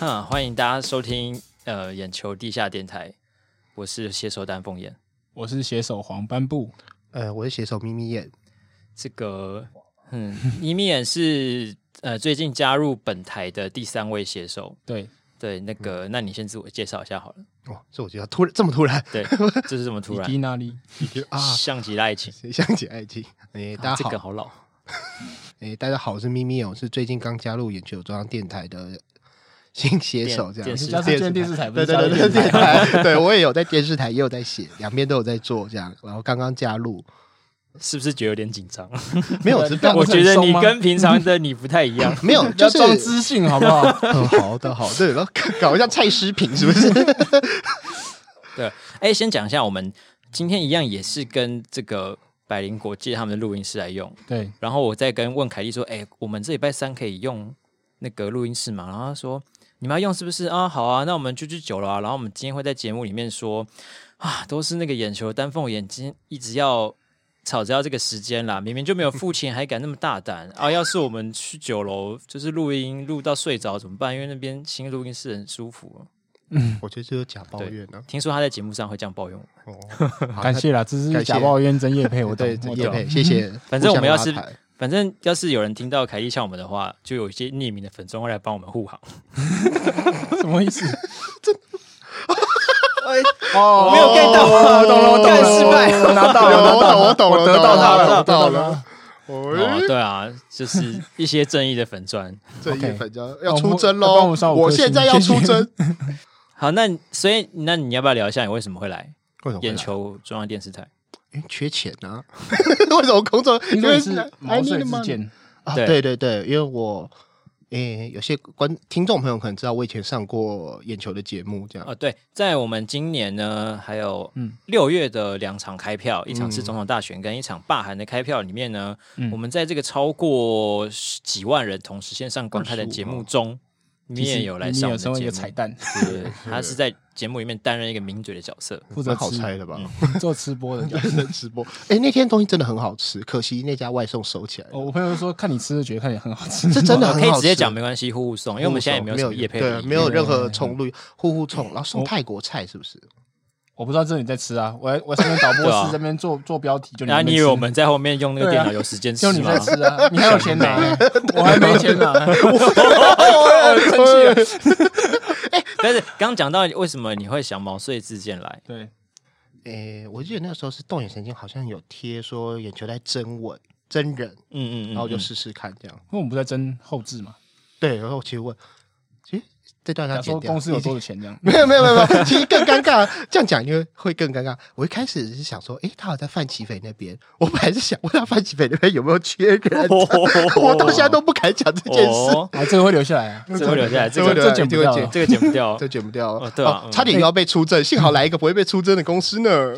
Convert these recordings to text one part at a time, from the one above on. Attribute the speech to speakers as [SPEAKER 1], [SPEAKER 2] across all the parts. [SPEAKER 1] 哼，欢迎大家收听呃眼球地下电台，我是携手丹凤眼。
[SPEAKER 2] 我是写手黄斑布，
[SPEAKER 3] 呃，我是写手眯眯眼，
[SPEAKER 1] 这个嗯，一眯眼是呃最近加入本台的第三位写手。
[SPEAKER 2] 对，
[SPEAKER 1] 对，那个，
[SPEAKER 3] 嗯
[SPEAKER 1] 那你先自我介绍一下好了。
[SPEAKER 3] 哦，这我觉得突然这么突然，
[SPEAKER 1] 对，这是这么突
[SPEAKER 2] 迪
[SPEAKER 1] 然
[SPEAKER 2] 迪那里，
[SPEAKER 3] 啊，
[SPEAKER 1] 像极了爱情。
[SPEAKER 3] 谁想起爱情？哎，大
[SPEAKER 1] 这
[SPEAKER 3] 家
[SPEAKER 1] 个
[SPEAKER 3] 好，
[SPEAKER 1] 好老。
[SPEAKER 3] 哎，大家好，我是咪咪眼，我是最近刚加入眼球中央电台的新写手，这样
[SPEAKER 1] 电
[SPEAKER 3] 子
[SPEAKER 1] 视
[SPEAKER 2] 加
[SPEAKER 1] 台
[SPEAKER 2] 是建电视台，不
[SPEAKER 3] 对
[SPEAKER 2] 是
[SPEAKER 3] 对
[SPEAKER 2] 加
[SPEAKER 3] 对对，
[SPEAKER 2] 电
[SPEAKER 3] 电
[SPEAKER 2] 视台。
[SPEAKER 3] 台，对我也有在电视台，也有在写，两边都有在做这样。然后刚刚加入，
[SPEAKER 1] 是不是觉得有点紧 张？
[SPEAKER 3] 没有，只是。
[SPEAKER 1] 我觉得
[SPEAKER 2] 松
[SPEAKER 1] 你
[SPEAKER 2] 吗
[SPEAKER 1] 跟平常的你不太一样
[SPEAKER 3] 没有，
[SPEAKER 2] 要
[SPEAKER 3] 就是
[SPEAKER 2] 装知性好不 好？
[SPEAKER 3] 嗯好的好的，然后搞得像蔡诗萍是不 是？
[SPEAKER 1] 对，哎，先讲一下，我们今天一样也是跟这个百灵国借他们的录音室来用，
[SPEAKER 2] 对，
[SPEAKER 1] 然后我再跟问凯莉说，哎，我们这礼拜三可以用那个录音室嘛？然后他说你们要用是不是啊？好啊，那我们就去久了啊。然后我们今天会在节目里面说啊，都是那个眼球丹凤眼睛一直要。吵着要这个时间啦，明明就没有付钱，还敢那么大胆啊！要是我们去酒楼，就是录音录到睡着怎么办？因为那边新录音室很舒服。
[SPEAKER 3] 我觉得这有假抱怨呢。
[SPEAKER 1] 听说他在节目上会这样抱怨我。
[SPEAKER 3] 哦，好
[SPEAKER 2] 感谢啦，这是
[SPEAKER 3] 感谢
[SPEAKER 2] 假抱冤真叶配，我懂
[SPEAKER 3] 对
[SPEAKER 2] 我
[SPEAKER 3] 叶
[SPEAKER 2] 懂。
[SPEAKER 3] 佩，谢谢。
[SPEAKER 1] 反正我们要是
[SPEAKER 3] 互相拉抬
[SPEAKER 1] 反正要是有人听到凯莉像我们的话，就有一些匿名的粉中会来帮我们护航。
[SPEAKER 2] 什么意思？
[SPEAKER 3] 哦，
[SPEAKER 1] 没有 get 到
[SPEAKER 3] 我懂了，我懂
[SPEAKER 1] 干
[SPEAKER 3] 了，
[SPEAKER 1] 失败
[SPEAKER 3] 我拿到了，我懂，我懂了，
[SPEAKER 2] 我得到它了
[SPEAKER 3] 他我
[SPEAKER 2] 我
[SPEAKER 3] 得到
[SPEAKER 2] 得到
[SPEAKER 3] 了
[SPEAKER 2] 它。
[SPEAKER 1] 哦
[SPEAKER 3] 我，
[SPEAKER 1] 对啊，就是一些正义的粉砖。
[SPEAKER 3] 这一
[SPEAKER 2] OK
[SPEAKER 3] 粉就要
[SPEAKER 2] 哦
[SPEAKER 3] 出
[SPEAKER 2] 我要
[SPEAKER 3] 征
[SPEAKER 2] 帮
[SPEAKER 3] 喽
[SPEAKER 2] 我烧！五
[SPEAKER 3] 我
[SPEAKER 2] 颗
[SPEAKER 3] 现
[SPEAKER 2] 星
[SPEAKER 3] 在要
[SPEAKER 2] 谢
[SPEAKER 3] 出
[SPEAKER 2] 谢
[SPEAKER 3] 征。
[SPEAKER 1] 好，那所以那你要不要聊一下你为什么会来
[SPEAKER 3] 为什么会
[SPEAKER 1] 眼
[SPEAKER 3] 来？
[SPEAKER 1] 球中央电视台？
[SPEAKER 3] 因为缺钱啊！为什么工作？
[SPEAKER 2] 听
[SPEAKER 3] 因
[SPEAKER 2] 说
[SPEAKER 3] 为
[SPEAKER 2] 你是毛遂自荐，
[SPEAKER 3] 啊，
[SPEAKER 1] 对
[SPEAKER 3] 对对对，因为我诶，有些观听众朋友可能知道，我以前上过眼球的节目，这样
[SPEAKER 1] 哦，对，在我们今年呢，还有
[SPEAKER 2] 嗯
[SPEAKER 1] 六月的两场开票，一场是总统大选跟一场罢韩的开票里面呢，
[SPEAKER 2] 嗯
[SPEAKER 1] 我们在这个超过十几万人同时线上观看的
[SPEAKER 3] 25
[SPEAKER 1] 节目中，你
[SPEAKER 2] 其实
[SPEAKER 1] 也有来
[SPEAKER 2] 你
[SPEAKER 1] 上我
[SPEAKER 2] 有
[SPEAKER 1] 们
[SPEAKER 2] 身为一
[SPEAKER 1] 的
[SPEAKER 2] 个
[SPEAKER 1] 节
[SPEAKER 2] 彩
[SPEAKER 1] 目，
[SPEAKER 2] 蛋，
[SPEAKER 1] 对对对他是在节目里面担任一个名嘴的角色。
[SPEAKER 2] 负责
[SPEAKER 3] 蛮好
[SPEAKER 2] 吃
[SPEAKER 3] 猜的吧？
[SPEAKER 2] 做吃播的。
[SPEAKER 3] 直播，哎，那天东西真的很好吃，可惜那家外送收起来
[SPEAKER 2] 哦，
[SPEAKER 3] 了。
[SPEAKER 2] 我朋友说看你吃就觉得看你很好吃，
[SPEAKER 3] 这真的
[SPEAKER 1] 哦
[SPEAKER 3] 很
[SPEAKER 1] 可以
[SPEAKER 3] 好
[SPEAKER 1] 直接
[SPEAKER 3] 吃
[SPEAKER 1] 讲没关系，互互送，因为我们现在也没有什么业配嗯
[SPEAKER 3] 对，啊
[SPEAKER 1] 的，
[SPEAKER 3] 没有任何冲路，户
[SPEAKER 1] 嗯
[SPEAKER 3] 户冲，然后
[SPEAKER 1] 哦
[SPEAKER 3] 送泰国菜是不是？
[SPEAKER 2] 我不知道这里在吃啊，我我上面导播
[SPEAKER 1] 对啊
[SPEAKER 2] 室这边做做标题，就
[SPEAKER 1] 然后
[SPEAKER 2] 你
[SPEAKER 1] 你以为我们在后面用那个
[SPEAKER 2] 对
[SPEAKER 1] 电
[SPEAKER 2] 啊
[SPEAKER 1] 脑有时间
[SPEAKER 2] 就
[SPEAKER 1] 吃
[SPEAKER 2] 你
[SPEAKER 1] 吗
[SPEAKER 2] 在？吃啊，你还有钱拿欸， 我还没钱 拿，啊
[SPEAKER 3] 我生气了。
[SPEAKER 1] 但是刚讲到为什么你会想毛遂自荐来，
[SPEAKER 2] 对，
[SPEAKER 3] 诶、我记得那时候是动眼神经好像有贴说眼球在真吻真人，
[SPEAKER 1] 嗯嗯嗯，
[SPEAKER 3] 然后 我就
[SPEAKER 1] 嗯
[SPEAKER 3] 试试看这样。
[SPEAKER 2] 因为我们不在争后置嘛，
[SPEAKER 3] 对，然后其实问，其实这段他
[SPEAKER 2] 假
[SPEAKER 3] 剪
[SPEAKER 2] 说
[SPEAKER 3] 掉，
[SPEAKER 2] 公司有
[SPEAKER 3] 已
[SPEAKER 2] 多少
[SPEAKER 3] 经 ，
[SPEAKER 2] 钱这样
[SPEAKER 3] 没有没有没有没有，其实更尴尬。这样讲因为会更尴尬。我一开始是想说，诶、他好像在范奇斐那边，我本来是想问他范奇斐那边有没有缺人， 我到现在都不敢讲这件事，
[SPEAKER 1] 哦
[SPEAKER 2] 啊，这个会留下来啊，
[SPEAKER 1] 这会留下来，这
[SPEAKER 3] 会留
[SPEAKER 1] 个
[SPEAKER 3] 下
[SPEAKER 2] 这剪
[SPEAKER 3] 来这
[SPEAKER 2] 不
[SPEAKER 3] 个
[SPEAKER 2] 掉
[SPEAKER 3] 剪
[SPEAKER 2] 了，
[SPEAKER 1] 这个剪不掉。
[SPEAKER 3] 这剪不掉
[SPEAKER 1] 哦对啊嗯
[SPEAKER 3] 差点又要被出征，幸好来一个不会被出征的公 司呢。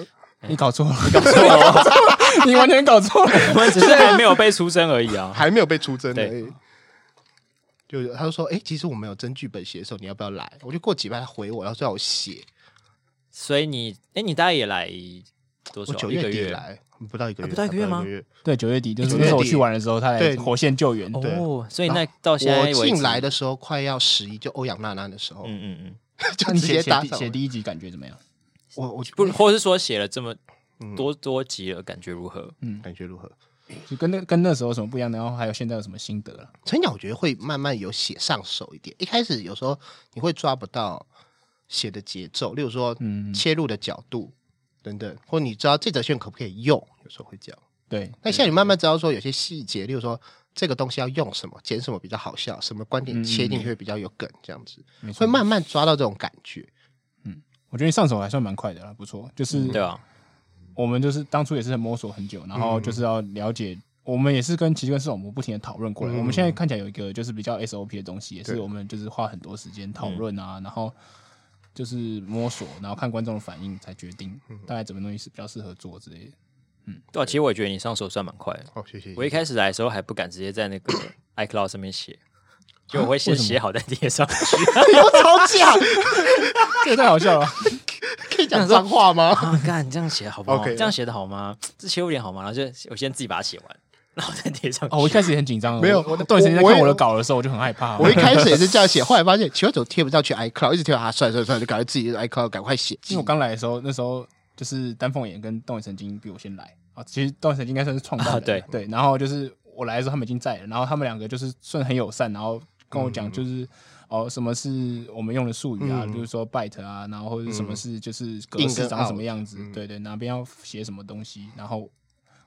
[SPEAKER 2] 你搞错了，搞错了， 你完全搞错了，
[SPEAKER 1] 我们只是还没有被出声而已 啊。
[SPEAKER 3] 还没有被出征的
[SPEAKER 1] 对
[SPEAKER 3] 而已。就是他就说，哎、其实我们有真剧本写手，你要不要来？我就过几班他回我，然后叫我写。
[SPEAKER 1] 所以你，哎，你大概也来多
[SPEAKER 3] 我
[SPEAKER 1] 久？啊
[SPEAKER 3] 九
[SPEAKER 1] 一个
[SPEAKER 3] 底
[SPEAKER 1] 月。
[SPEAKER 3] 来，不到一个
[SPEAKER 1] 啊
[SPEAKER 3] 月，
[SPEAKER 1] 不到一个月吗
[SPEAKER 3] 还
[SPEAKER 2] 对，九月底就是
[SPEAKER 3] 九月底
[SPEAKER 2] 那时候我去玩的时候，他来
[SPEAKER 3] 对
[SPEAKER 2] 火线救援，
[SPEAKER 3] 对
[SPEAKER 1] 哦，所以那到现在为止
[SPEAKER 3] 我进来，的时候快要十一，就欧阳娜娜的时候，
[SPEAKER 1] 嗯嗯嗯，
[SPEAKER 3] 就
[SPEAKER 2] 那你
[SPEAKER 3] 直
[SPEAKER 2] 写
[SPEAKER 3] 接
[SPEAKER 2] 写
[SPEAKER 3] 打
[SPEAKER 2] 第
[SPEAKER 3] 扫
[SPEAKER 2] 写。第一集感觉怎么样？
[SPEAKER 3] 我我
[SPEAKER 1] 不
[SPEAKER 3] 不，
[SPEAKER 1] 或是说写了这么
[SPEAKER 3] 嗯
[SPEAKER 1] 多多集了，感觉如何？
[SPEAKER 3] 感觉如何？
[SPEAKER 2] 就跟那跟那时候有什么不一样？然后还有现在有什么心得了？
[SPEAKER 3] 陈鸟我觉得会慢慢有写上手一点，一开始有时候你会抓不到写的节奏，例如说
[SPEAKER 2] 嗯
[SPEAKER 3] 切入的角度等等，或你知道这则线可不可以用，有时候会这样。
[SPEAKER 2] 对，
[SPEAKER 3] 那现在你慢慢知道说有些细节，例如说这个东西要用什么，剪什么比较好笑，什么观点切进去会比较有梗，这样子
[SPEAKER 2] 嗯没错
[SPEAKER 3] 会，慢慢抓到这种感觉。
[SPEAKER 2] 我觉得你上手还算蛮快的啦，不错，就是
[SPEAKER 3] 嗯
[SPEAKER 1] 对啊，
[SPEAKER 2] 我们就是当初也是摸索很久，然后
[SPEAKER 3] 嗯
[SPEAKER 2] 就是要了解，我们也是跟奇跟室友我们不停的讨论过来。
[SPEAKER 3] 嗯
[SPEAKER 2] 我们现在看起来有一个就是比较 SOP 的东西，也是
[SPEAKER 3] 对嗯
[SPEAKER 2] 我们就是花很多时间讨论啊，然后就是摸索，然后看观众的反应才决定
[SPEAKER 3] 嗯
[SPEAKER 2] 大概怎么东西是比较适合做之类的。
[SPEAKER 1] 对啊，其实我也觉得你上手算蛮快的。
[SPEAKER 3] 哦，谢谢
[SPEAKER 1] 我一开始来的时候还不敢直接在那 个 iCloud 上面写，就我会先写好再贴上去。
[SPEAKER 3] 我吵架，
[SPEAKER 2] 这也太好笑了，
[SPEAKER 3] 可以讲脏话吗？
[SPEAKER 1] 啊，干这样写好不好？
[SPEAKER 3] OK 嗯
[SPEAKER 1] 这样写的好吗？这切入点好吗？然后就我先自己把它写完。然后再贴上去。
[SPEAKER 2] 哦，我一开始也很紧张，
[SPEAKER 3] 没有
[SPEAKER 2] 我我段时间在
[SPEAKER 3] 我
[SPEAKER 2] 看
[SPEAKER 3] 我
[SPEAKER 2] 我的稿的时候，我就很害怕。
[SPEAKER 3] 我一开始也是这样写，后来发现奇怪怎么贴不上去 iCloud，一直贴到啊，算了算了算了，就赶快自己的 iCloud 赶快写。
[SPEAKER 2] 因为我刚来的时候，那时候就是丹凤眼跟动眼神经比我先来啊。其实动眼神经应该算是创办人、
[SPEAKER 1] 啊对
[SPEAKER 2] 对。然后就是我来的时候，他们已经在了，然后他们两个就是算很友善，然后跟我讲就是。哦，什么是我们用的术语啊？比如说 byte 啊，然后或者什么是就是格式长什么样子？对对，哪边要写什么东西？然后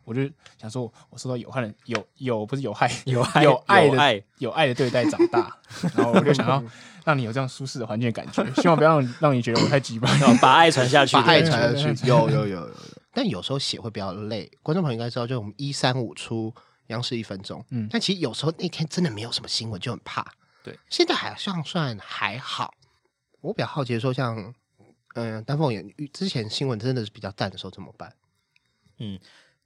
[SPEAKER 2] 我就想说，我受到有害人有有不是有害
[SPEAKER 1] 有爱
[SPEAKER 2] 有爱
[SPEAKER 1] 有爱
[SPEAKER 2] 的有爱的对待长大，然后我就想要让你有这样舒适的环境的感觉，希望不要让让你觉得我太鸡巴。
[SPEAKER 1] 然后把爱传下去，
[SPEAKER 3] 把爱
[SPEAKER 1] 对
[SPEAKER 3] 传下去，有有有有有。但有时候写会比较累，观众朋友应该知道，就我们一三五出央视一分钟，嗯，但其实有时候那天真的没有什么新闻，就很怕。
[SPEAKER 1] 对，
[SPEAKER 3] 现在好像算还好。我比较好奇说，像嗯、呃丹凤眼之前新闻真的是比较淡的时候怎么办？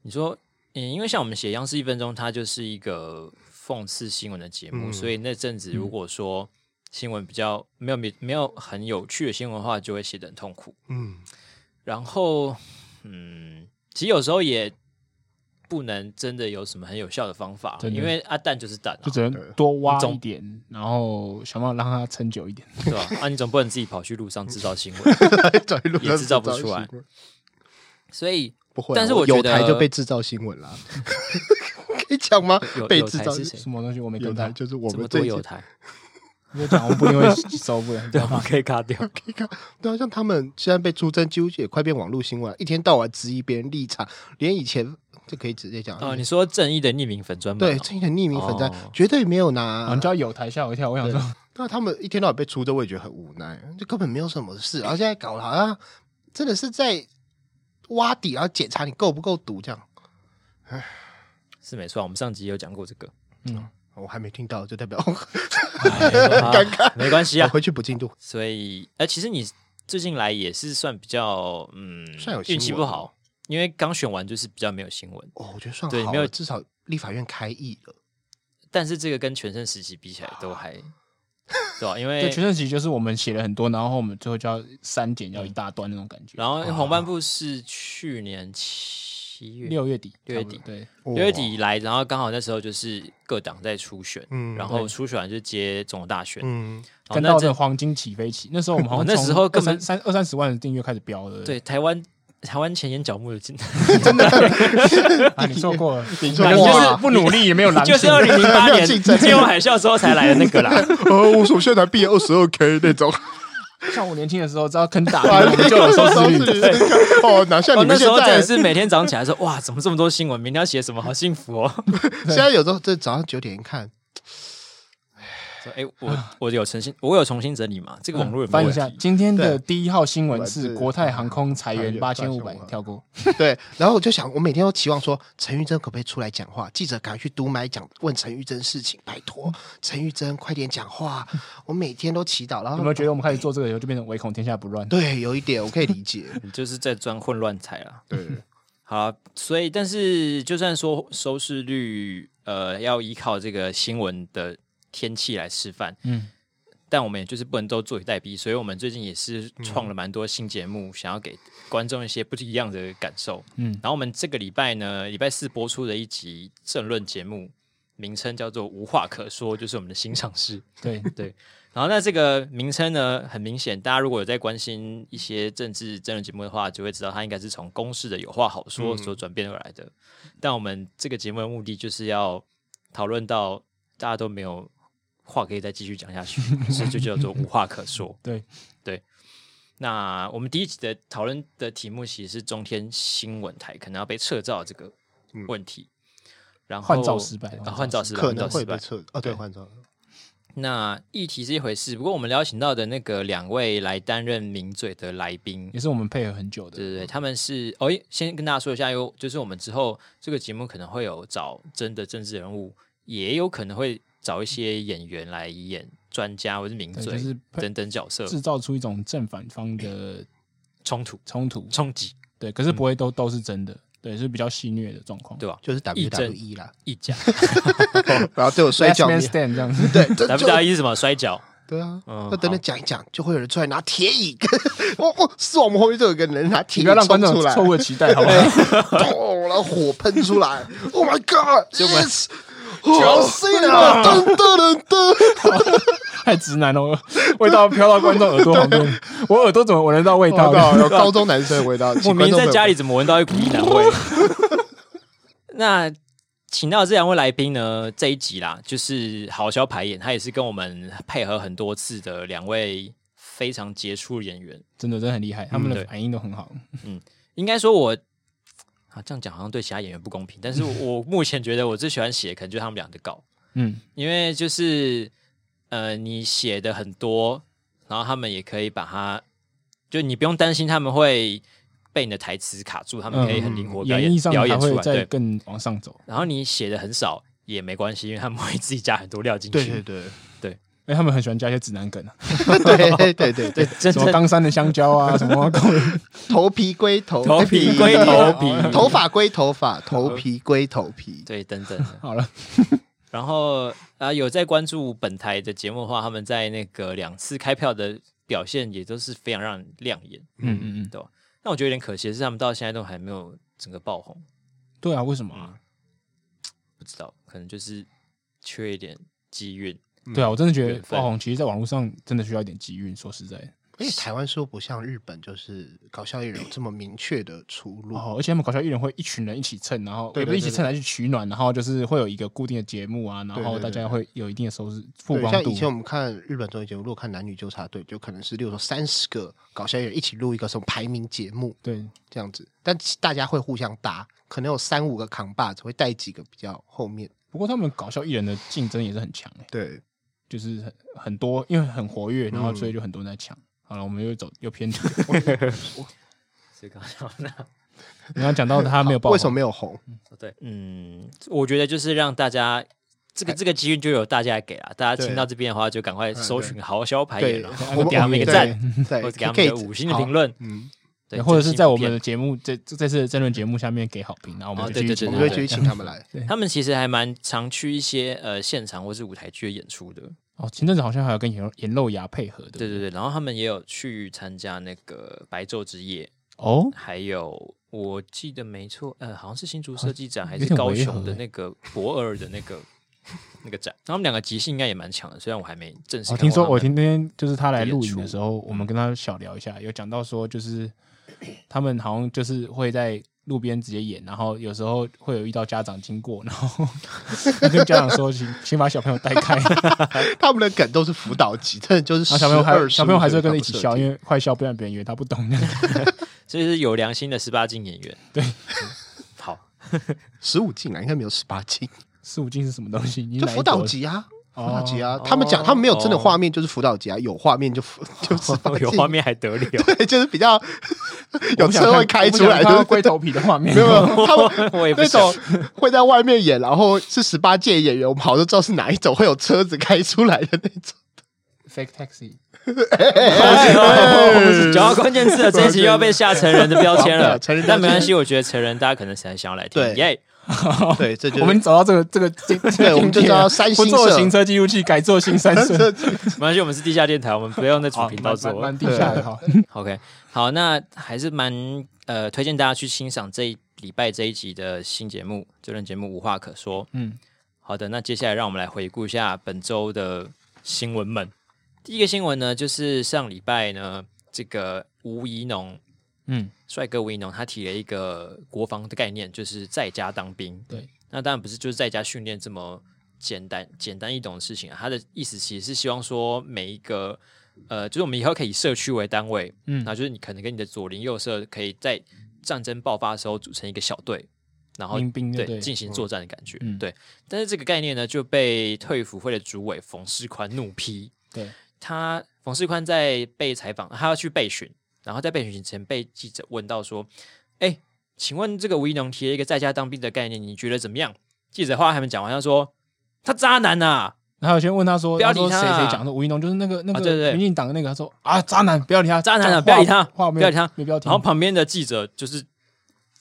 [SPEAKER 1] 你说，嗯，因为像我们写《央视一分钟》，它就是一个讽刺新闻的节目，
[SPEAKER 3] 嗯
[SPEAKER 1] 所以那阵子如果说新闻比较没有没没有很有趣的新闻的话，就会写的很痛苦。
[SPEAKER 3] 嗯，
[SPEAKER 1] 然后，嗯，其实有时候也不能真的有什么很有效的方法，
[SPEAKER 2] 真的
[SPEAKER 1] 因为阿蛋就是蛋、啊，
[SPEAKER 2] 就只能多挖一点，然后想办法让它撑久一点。
[SPEAKER 1] 对吧、 啊？你总不能自己跑去路上制造新闻，
[SPEAKER 3] 嗯在路上
[SPEAKER 1] 也制造不出来
[SPEAKER 3] 制造新闻，
[SPEAKER 1] 所以
[SPEAKER 3] 不会啊。
[SPEAKER 1] 但是我觉
[SPEAKER 3] 有
[SPEAKER 1] 得
[SPEAKER 3] 台就被制造新闻 啦， 可以讲吗
[SPEAKER 1] 有？
[SPEAKER 3] 被
[SPEAKER 1] 有
[SPEAKER 3] 制
[SPEAKER 1] 台
[SPEAKER 3] 造
[SPEAKER 1] 是谁？
[SPEAKER 2] 什么东西我没
[SPEAKER 3] 有
[SPEAKER 2] 跟
[SPEAKER 3] 台
[SPEAKER 2] 他，
[SPEAKER 3] 就是我
[SPEAKER 1] 这么
[SPEAKER 3] 们
[SPEAKER 1] 多
[SPEAKER 3] 这一
[SPEAKER 1] 有
[SPEAKER 3] 届
[SPEAKER 1] 台，
[SPEAKER 2] 我讲我不 因为收不了，
[SPEAKER 1] 对，我们可以卡掉。
[SPEAKER 3] 可以看，对啊，像他们现在被出征，几乎也快变网络新闻了，一天到晚质疑别人立场，连以前这可以直接讲，
[SPEAKER 1] 哦，你说正义的匿名粉专版
[SPEAKER 3] 对
[SPEAKER 1] 哦，
[SPEAKER 3] 这些匿名粉站、
[SPEAKER 1] 哦
[SPEAKER 3] 绝对没有
[SPEAKER 2] 然后
[SPEAKER 3] 拿
[SPEAKER 2] 啊你，叫有台吓我一跳，我想说
[SPEAKER 3] 那他们一天到晚被出征，我也觉得很无奈，就根本没有什么事，然后现在搞得好像真的是在挖底，然后检查你够不够毒这样，
[SPEAKER 1] 是没错啊，我们上集有讲过这 个，
[SPEAKER 3] 我还没听到，就代表
[SPEAKER 1] 啊尴尬，没关系
[SPEAKER 3] 我
[SPEAKER 1] 啊。
[SPEAKER 3] 回去补进度，
[SPEAKER 1] 所以，哎、其实你最近来也是算比较，嗯，
[SPEAKER 3] 算有新闻
[SPEAKER 1] 运气不好，因为刚选完就是比较没有新闻。
[SPEAKER 3] 哦，我觉得算
[SPEAKER 1] 对
[SPEAKER 3] 好
[SPEAKER 1] 没有
[SPEAKER 3] 了，至少立法院开议了，
[SPEAKER 1] 但是这个跟全盛时期比起来，都 还对吧、因
[SPEAKER 2] 对，
[SPEAKER 1] 为
[SPEAKER 2] 全盛期就是我们写了很多，然后我们最后就要删减要一大段那种感觉。
[SPEAKER 1] 然后红斑部是去年七月。
[SPEAKER 2] 六月底，
[SPEAKER 1] 六月底
[SPEAKER 2] 差不多对，
[SPEAKER 1] 六月底来，然后刚好那时候就是各党在初选，
[SPEAKER 3] 嗯
[SPEAKER 1] 然后初选完就接总统大选，
[SPEAKER 3] 嗯，
[SPEAKER 1] 然后
[SPEAKER 2] 跟
[SPEAKER 1] 哦那
[SPEAKER 2] 到这
[SPEAKER 1] 阵
[SPEAKER 2] 个黄金起飞期，那时候我们好像
[SPEAKER 1] 那时候根
[SPEAKER 2] 根
[SPEAKER 1] 本
[SPEAKER 2] 本三二三十万的订阅开始飙的。
[SPEAKER 1] 对台湾台湾前眼角膜有进，
[SPEAKER 2] 啊，你错 过了，你
[SPEAKER 3] 错
[SPEAKER 1] 过了
[SPEAKER 2] 就是不努力 也没有狼性
[SPEAKER 1] 就是二零零八
[SPEAKER 3] 没
[SPEAKER 1] 年
[SPEAKER 3] 有竞争
[SPEAKER 1] 金融海啸之后才来的那 个啦。
[SPEAKER 3] 哦，我手现在毕业二十二 K 那种。
[SPEAKER 2] 像我年轻的时候，只要肯打，
[SPEAKER 3] 啊，
[SPEAKER 2] 我们就有收视率。
[SPEAKER 3] 率。 哦，哪像
[SPEAKER 1] 哦
[SPEAKER 3] 你，
[SPEAKER 1] 那
[SPEAKER 3] 们
[SPEAKER 1] 时
[SPEAKER 3] 现
[SPEAKER 1] 候真
[SPEAKER 3] 在
[SPEAKER 1] 的？是每天早上起来说，哇，怎么这么多新闻？明天要写什么？好幸福哦！
[SPEAKER 3] 现在有时候这早上九点一看，
[SPEAKER 1] 说，哎、我我有重新，我有重新整理嘛？这个网络有没
[SPEAKER 2] 嗯翻
[SPEAKER 1] 有
[SPEAKER 2] 一
[SPEAKER 1] 问题
[SPEAKER 2] 下，今天的
[SPEAKER 3] 对
[SPEAKER 2] 第一号新闻是
[SPEAKER 3] 是
[SPEAKER 2] 国泰航空裁员八
[SPEAKER 3] 裁
[SPEAKER 2] 千
[SPEAKER 3] 员
[SPEAKER 2] 五百
[SPEAKER 3] 8500，
[SPEAKER 2] 跳过。
[SPEAKER 3] 对，然后我就想，我每天都期望说，陈玉珍可不可以出来讲话？记者赶快去读买讲，问陈玉珍事情，拜
[SPEAKER 2] 嗯
[SPEAKER 3] 托陈玉珍快点讲话。我每天都祈祷，然后
[SPEAKER 2] 有没有觉得我们开始做这个以后就变成唯恐天下不乱？
[SPEAKER 3] 对，有一点我可以理解。
[SPEAKER 1] 你就是在钻混乱财啦。
[SPEAKER 3] 对，
[SPEAKER 1] 好啊所以但是就算说收视率，呃，要依靠这个新闻的天气来吃饭，
[SPEAKER 2] 嗯，
[SPEAKER 1] 但我们也就是不能都坐以待毙，所以我们最近也是创了蛮多新节目，想要给观众一些不一样的感受。
[SPEAKER 2] 嗯
[SPEAKER 1] 然后我们这个礼拜呢，礼拜四播出的一集政论节目，名称叫做“无话可说”，就是我们的新尝试。
[SPEAKER 2] 对，
[SPEAKER 1] 对，然后那这个名称呢，很明显，大家如果有在关心一些政治政论节目的话，就会知道它应该是从公式的有话好说所转变而来的。但我们这个节目的目的就是要讨论到大家都没有话可以再继续讲下去，所以就叫做无话可说。
[SPEAKER 2] 对
[SPEAKER 1] 对，那我们第一集的讨论的题目其实是中天新闻台可能要被撤照这个问题。然后
[SPEAKER 2] 换照失败
[SPEAKER 1] 啊换照失败，
[SPEAKER 3] 可
[SPEAKER 1] 换照
[SPEAKER 3] 能会
[SPEAKER 1] 失
[SPEAKER 3] 被
[SPEAKER 1] 败。
[SPEAKER 3] 撤。哦，对，换照。
[SPEAKER 1] 那议题是一回事，不过我们邀请到的那个两位来担任名嘴的来宾，
[SPEAKER 2] 也是我们配合很久
[SPEAKER 1] 对
[SPEAKER 2] 的。
[SPEAKER 1] 对对，他们是哦，诶先跟大家说一下哟，就是我们之后这个节目可能会有找真的政治人物，也有可能会找一些演员来演专家或是名
[SPEAKER 2] 对
[SPEAKER 1] 嘴、
[SPEAKER 2] 嗯就是配
[SPEAKER 1] 等等角色
[SPEAKER 2] 制造出一种正反方的
[SPEAKER 1] 冲突、
[SPEAKER 2] 冲突，
[SPEAKER 1] 冲击，
[SPEAKER 2] 对，可是不会都都是真的，对，是比较戏虐的状况。
[SPEAKER 1] 对吧？
[SPEAKER 3] 就是
[SPEAKER 1] 一针
[SPEAKER 3] WWE 啦，
[SPEAKER 1] 一 讲
[SPEAKER 3] 然后都有摔
[SPEAKER 2] Last
[SPEAKER 3] 跤，
[SPEAKER 2] Man Stand 这样 子，
[SPEAKER 3] 对，这就
[SPEAKER 2] E
[SPEAKER 1] WWE 是什么摔跤？
[SPEAKER 3] 对啊，
[SPEAKER 1] 嗯
[SPEAKER 3] 那等等讲一讲，就会有人出来拿铁椅 跟，我我是我们后面就有一个人拿
[SPEAKER 2] 你
[SPEAKER 3] 铁椅
[SPEAKER 2] 不要让
[SPEAKER 3] 冲
[SPEAKER 2] 观众
[SPEAKER 3] 出
[SPEAKER 2] 有
[SPEAKER 3] 来，
[SPEAKER 2] 错误的期待，好不好？
[SPEAKER 3] 哦然后火喷出来，Oh my God！
[SPEAKER 1] 就把
[SPEAKER 3] yes! 哦
[SPEAKER 2] 碎了
[SPEAKER 3] 噔噔噔噔，
[SPEAKER 2] 太直男了，味道飘到观众耳朵旁边，我耳朵怎么闻得到味
[SPEAKER 3] 报
[SPEAKER 2] 道？
[SPEAKER 3] 告有高中男生的味道。
[SPEAKER 1] 我
[SPEAKER 3] 请
[SPEAKER 1] 明明
[SPEAKER 3] 观众
[SPEAKER 1] 在
[SPEAKER 3] 朋友
[SPEAKER 1] 家里怎么闻到一股异男味？ 那请到这两位来宾呢，这一集啦，就是好肖排演，他也是跟我们配合很多次的两位非常杰出的演员。
[SPEAKER 2] 真的真的很厉害，他们
[SPEAKER 1] 嗯对
[SPEAKER 2] 的反应都很好。
[SPEAKER 1] 应该说我，啊这样讲好像对其他演员不公平，但是我我目前觉得我最喜欢写的可能就是他们俩的稿，
[SPEAKER 2] 嗯，
[SPEAKER 1] 因为就是呃你写的很多，然后他们也可以把它，就你不用担心他们会被你的台词卡住，他们可以很灵活表
[SPEAKER 2] 嗯演
[SPEAKER 1] 演、
[SPEAKER 2] 绎上
[SPEAKER 1] 表
[SPEAKER 2] 还
[SPEAKER 1] 演出
[SPEAKER 2] 会
[SPEAKER 1] 来，
[SPEAKER 2] 再
[SPEAKER 1] 对。
[SPEAKER 2] 更往上走。
[SPEAKER 1] 然后你写的很少也没关系，因为他们会自己加很多料进去。
[SPEAKER 3] 对对对
[SPEAKER 2] 哎，他们很喜欢加一些直男梗啊，
[SPEAKER 3] 对对对对，
[SPEAKER 1] 真
[SPEAKER 2] 什么
[SPEAKER 1] 的
[SPEAKER 2] 冈山的香蕉啊，什么
[SPEAKER 3] 头皮归头，
[SPEAKER 1] 头皮归头皮，
[SPEAKER 3] 头发归头发，头皮归头皮。
[SPEAKER 1] 对等等的。
[SPEAKER 2] 好了，
[SPEAKER 1] 然后啊，有在关注本台的节目的话，他们在那个两次开票的表现也都是非常让人亮眼，
[SPEAKER 2] 嗯嗯嗯，
[SPEAKER 1] 对吧？那我觉得有点可惜的是，他们到现在都还没有整个爆红，
[SPEAKER 2] 对啊，为什么啊？
[SPEAKER 1] 不知道可能就是缺一点机运。
[SPEAKER 3] 嗯
[SPEAKER 2] 对啊，我真的觉得
[SPEAKER 1] 缘分
[SPEAKER 2] 爆红，其实在网络上真的需要一点机运。说实在的，
[SPEAKER 3] 而且台湾是不是不像日本，就是搞笑艺人有这么明确的出路。
[SPEAKER 2] 哦，而且他们搞笑艺人会一群人一起蹭，然后
[SPEAKER 3] 对
[SPEAKER 2] 也不
[SPEAKER 3] 对
[SPEAKER 2] 是一起
[SPEAKER 3] 对
[SPEAKER 2] 蹭来去取暖，然后就是会有一个固定的节目啊，然
[SPEAKER 3] 对
[SPEAKER 2] 后
[SPEAKER 3] 对
[SPEAKER 2] 大家
[SPEAKER 3] 对
[SPEAKER 2] 会有一定的收视曝
[SPEAKER 3] 对，
[SPEAKER 2] 光
[SPEAKER 3] 像
[SPEAKER 2] 度
[SPEAKER 3] 以。前我们看日本综艺节目，如果看男女纠察队，就可能是例如说三十个搞笑艺人一起录一个什么排名节目
[SPEAKER 2] 对，
[SPEAKER 3] 这样子，但其大家会互相搭，可能有三五个扛把子，会带几个比较后面。
[SPEAKER 2] 不过他们搞笑艺人的竞争也是很强哎、
[SPEAKER 3] 对，
[SPEAKER 2] 就是很很多，因为很活跃，然后
[SPEAKER 3] 嗯
[SPEAKER 2] 所以就很多人在抢。好了，我们又走又偏题。
[SPEAKER 1] 所以刚刚那
[SPEAKER 2] 你要讲到他没有爆红，
[SPEAKER 3] 为什么没有红？
[SPEAKER 1] 对，嗯，我觉得就是让大家这个这个机运就由大家来给了。大家听到这边的话，就赶快搜寻好消排演
[SPEAKER 3] 对，
[SPEAKER 1] 了，
[SPEAKER 3] 我
[SPEAKER 1] 给他们一个赞，，
[SPEAKER 3] 对，
[SPEAKER 1] 或者给他
[SPEAKER 3] 可
[SPEAKER 1] 们
[SPEAKER 3] 以
[SPEAKER 1] 一个五星的评，论，
[SPEAKER 3] 嗯，
[SPEAKER 1] 对
[SPEAKER 2] 或者是在我们
[SPEAKER 1] 这
[SPEAKER 2] 的节目这这这次的争论节目下面给好评，然后我
[SPEAKER 1] 哦
[SPEAKER 2] 们就
[SPEAKER 1] 对
[SPEAKER 2] 继
[SPEAKER 1] 对
[SPEAKER 2] 续
[SPEAKER 1] 对
[SPEAKER 3] 我
[SPEAKER 2] 讲
[SPEAKER 3] 们会继 续请他们来。
[SPEAKER 1] 他们其实还蛮常去一些呃现场或是舞台剧的演出的。
[SPEAKER 2] 哦，前阵子好像还有跟颜颜露牙配合的，
[SPEAKER 1] 对对对，然后他们也有去参加那个白昼之夜，
[SPEAKER 2] 哦，
[SPEAKER 1] 还有我记得没错，呃，好像是新竹设计展还
[SPEAKER 2] 有
[SPEAKER 1] 是
[SPEAKER 2] 点
[SPEAKER 1] 高
[SPEAKER 2] 违和
[SPEAKER 1] 雄的
[SPEAKER 2] 欸
[SPEAKER 1] 那个博尔的那个那个展，他们两个即兴应该也蛮强的，虽然我还没正式
[SPEAKER 2] 我
[SPEAKER 1] 看过他们。
[SPEAKER 2] 哦听说，我听那天就是他来
[SPEAKER 1] 的演
[SPEAKER 2] 录影的
[SPEAKER 1] 出
[SPEAKER 2] 时候，我们跟他小聊一下，有讲到说，就是 他们好像就是会在路边直接演，然后有时候会有遇到家长经过，然后 跟家长说，请请把小朋友带开，然
[SPEAKER 3] 他们的梗都是辅导级， 真的就是
[SPEAKER 2] 后小朋友还
[SPEAKER 3] 12
[SPEAKER 2] 小朋友还是会跟着一起
[SPEAKER 3] 15
[SPEAKER 2] 笑，因为快笑，不然别人以为他不懂。
[SPEAKER 1] 这是有良心的十八禁演员。对，好，
[SPEAKER 3] 十五进来啊应该没有十八禁，
[SPEAKER 2] 十五禁是什么东西？你
[SPEAKER 3] 就
[SPEAKER 2] 哪一
[SPEAKER 3] 辅导
[SPEAKER 2] 国的
[SPEAKER 3] 级啊，辅
[SPEAKER 2] 哦
[SPEAKER 3] 导级啊。他们讲他们没有真的画面，就是辅导级啊，有画面就辅就十 八
[SPEAKER 1] 有画
[SPEAKER 3] 禁，
[SPEAKER 1] 面还得了，
[SPEAKER 3] 对，就是比较
[SPEAKER 2] 我
[SPEAKER 3] 有
[SPEAKER 2] 不想
[SPEAKER 3] 车
[SPEAKER 2] 看
[SPEAKER 3] 会开
[SPEAKER 2] 我不
[SPEAKER 3] 出
[SPEAKER 2] 想
[SPEAKER 3] 来
[SPEAKER 2] 看到
[SPEAKER 3] 的，
[SPEAKER 2] 龟头皮的画面，
[SPEAKER 3] 没有没有，他们
[SPEAKER 1] 我也不
[SPEAKER 3] 那
[SPEAKER 1] 想
[SPEAKER 3] 种会在外面演，然后是十八届演员，我们好像知道是哪一种，会有车子开出来的那种。
[SPEAKER 2] fake taxi。
[SPEAKER 1] 讲到关键字了，这一集又要被下成人的标签了。
[SPEAKER 3] 成人标签
[SPEAKER 1] 但没关系，我觉得成人大家可能才想要来听。
[SPEAKER 3] 对
[SPEAKER 1] 耶，
[SPEAKER 3] 对，这就
[SPEAKER 2] 我们走到这个这个这个境界了，啊
[SPEAKER 3] 我们就知道三
[SPEAKER 2] 不
[SPEAKER 3] 星
[SPEAKER 2] 做
[SPEAKER 3] 社啊
[SPEAKER 2] 行车记录器，改做新三 社，
[SPEAKER 1] 没关系，我们是地下电台，我们不用在主
[SPEAKER 2] 好
[SPEAKER 1] 频道做
[SPEAKER 2] 蛮。蛮地下的哈。
[SPEAKER 1] OK，好，那还是蛮呃推荐大家去欣赏这一礼拜这一集的新节目，这轮节目无话可说。
[SPEAKER 2] 嗯，
[SPEAKER 1] 好的，那接下来让我们来回顾一下本周的新闻们。第一个新闻呢，就是上礼拜呢，这个吴怡农
[SPEAKER 2] 嗯，
[SPEAKER 1] 帅哥吴怡农他提了一个国防的概念，就是在家当兵。
[SPEAKER 2] 对，
[SPEAKER 1] 那当然不是就是在家训练这么简单简单易懂的事情啊。他的意思其实是希望说每一个呃，就是我们以后可以以社区为单位，
[SPEAKER 2] 嗯
[SPEAKER 1] 那就是你可能跟你的左邻右舍可以在战争爆发的时候组成一个小队，然后
[SPEAKER 2] 民兵就对
[SPEAKER 1] 进行作战的感觉。
[SPEAKER 2] 嗯
[SPEAKER 1] 对，但是这个概念呢就被退辅会的主委冯世宽怒批。
[SPEAKER 2] 对，
[SPEAKER 1] 他冯世宽在被采访，他要去备询，然后在备询前被记者问到说：“哎、请问这个吴一农提了一个在家当兵的概念，你觉得怎么样？”记者话还没讲完，他说：“他渣男呐、啊
[SPEAKER 2] 然后有些人问他说，
[SPEAKER 1] 不要理他啊
[SPEAKER 2] 说谁谁讲的吴一农就是那个那
[SPEAKER 1] 啊对对
[SPEAKER 2] 个
[SPEAKER 1] 对
[SPEAKER 2] 民进党的那个，他说啊渣男，不要理他，
[SPEAKER 1] 渣男啊
[SPEAKER 2] 话
[SPEAKER 1] 不要理他
[SPEAKER 2] 话没
[SPEAKER 1] 不要
[SPEAKER 2] 有
[SPEAKER 1] 理他
[SPEAKER 2] 没标题
[SPEAKER 1] 然后。旁边的记者就是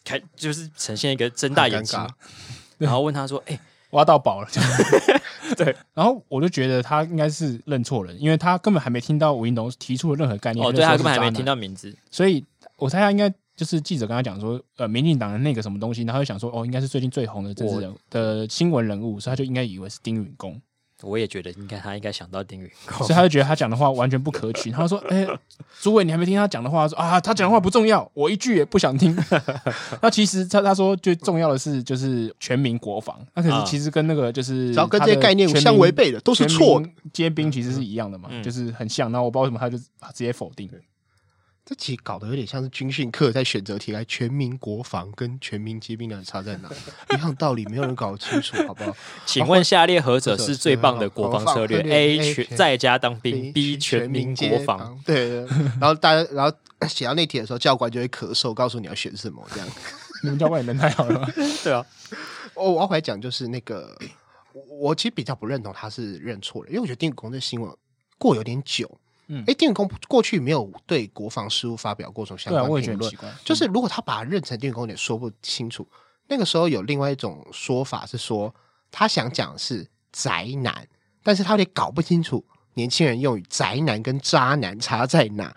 [SPEAKER 1] 开，就是呈现一个睁大眼睛
[SPEAKER 3] 很尴尬，
[SPEAKER 1] 然后问他说：“哎、
[SPEAKER 2] 挖到 宝了，
[SPEAKER 1] 对。
[SPEAKER 2] 然后我就觉得他应该是认错人，因为他根本还没听到吴一农提出的任何概念，
[SPEAKER 1] 哦，
[SPEAKER 2] 就
[SPEAKER 1] 对
[SPEAKER 2] 说
[SPEAKER 1] 他
[SPEAKER 2] 是
[SPEAKER 1] 根本还
[SPEAKER 2] 渣
[SPEAKER 1] 没
[SPEAKER 2] 男
[SPEAKER 1] 听到名字，
[SPEAKER 2] 所以我猜他应该就是记者跟他讲说，呃，民进党的那个什么东西，然后他就想说，哦，应该是最近最红的政治人物的新闻人物，所以他就应该以为是丁允恭，
[SPEAKER 1] 我也觉得应该他应该想到丁允
[SPEAKER 2] 所
[SPEAKER 1] 恭
[SPEAKER 2] 以，他就觉得他讲的话完全不可取。他说，哎、朱伟，你还没听他讲的话？他说啊，他讲的话不重要，我一句也不想 听。那其实他他说最重要的是就是全民国防，那可
[SPEAKER 1] 啊
[SPEAKER 2] 是其实跟那个就是
[SPEAKER 3] 只要跟这些概念相违背的都是错的。嗯
[SPEAKER 2] 皆兵其实是一样的嘛，就是很像。然后我不知道为什么他就直接否定。
[SPEAKER 3] 这其实搞得有点像是军训课在选择题来全民国防跟全民皆兵到底差在 哪？一样道理，没有人搞得清楚，好不好？
[SPEAKER 1] 请问下列何者是最棒的国防策略
[SPEAKER 3] 国防策略
[SPEAKER 1] ？A
[SPEAKER 3] A
[SPEAKER 1] 全
[SPEAKER 3] 全
[SPEAKER 1] 在家当兵，B 全
[SPEAKER 3] 全
[SPEAKER 1] 民国
[SPEAKER 3] 皆
[SPEAKER 1] 防。，
[SPEAKER 3] 对。对对然后大家，然后写到那题的时候，教官就会咳嗽，告诉你要选什么这样。
[SPEAKER 2] 你们教官也人太好了吧，
[SPEAKER 1] 对啊，
[SPEAKER 3] 哦，我要回来讲就是那个，我我其实比较不认同他是认错了，因为我觉得丁允恭这新闻过有点久。
[SPEAKER 2] 嗯
[SPEAKER 3] 哎，丁允恭过去没有对国防事务发表过什 么相
[SPEAKER 2] 对啊，
[SPEAKER 3] 关
[SPEAKER 2] 我也觉
[SPEAKER 3] 评
[SPEAKER 2] 得很
[SPEAKER 3] 论
[SPEAKER 2] 奇，怪。
[SPEAKER 3] 就是如果他把它认成丁允恭，有点说不清楚。那个时候有另外一种说法是说，他想讲的是宅男，但是他有点搞不清楚年轻人用语“宅男”跟“渣男”差在哪。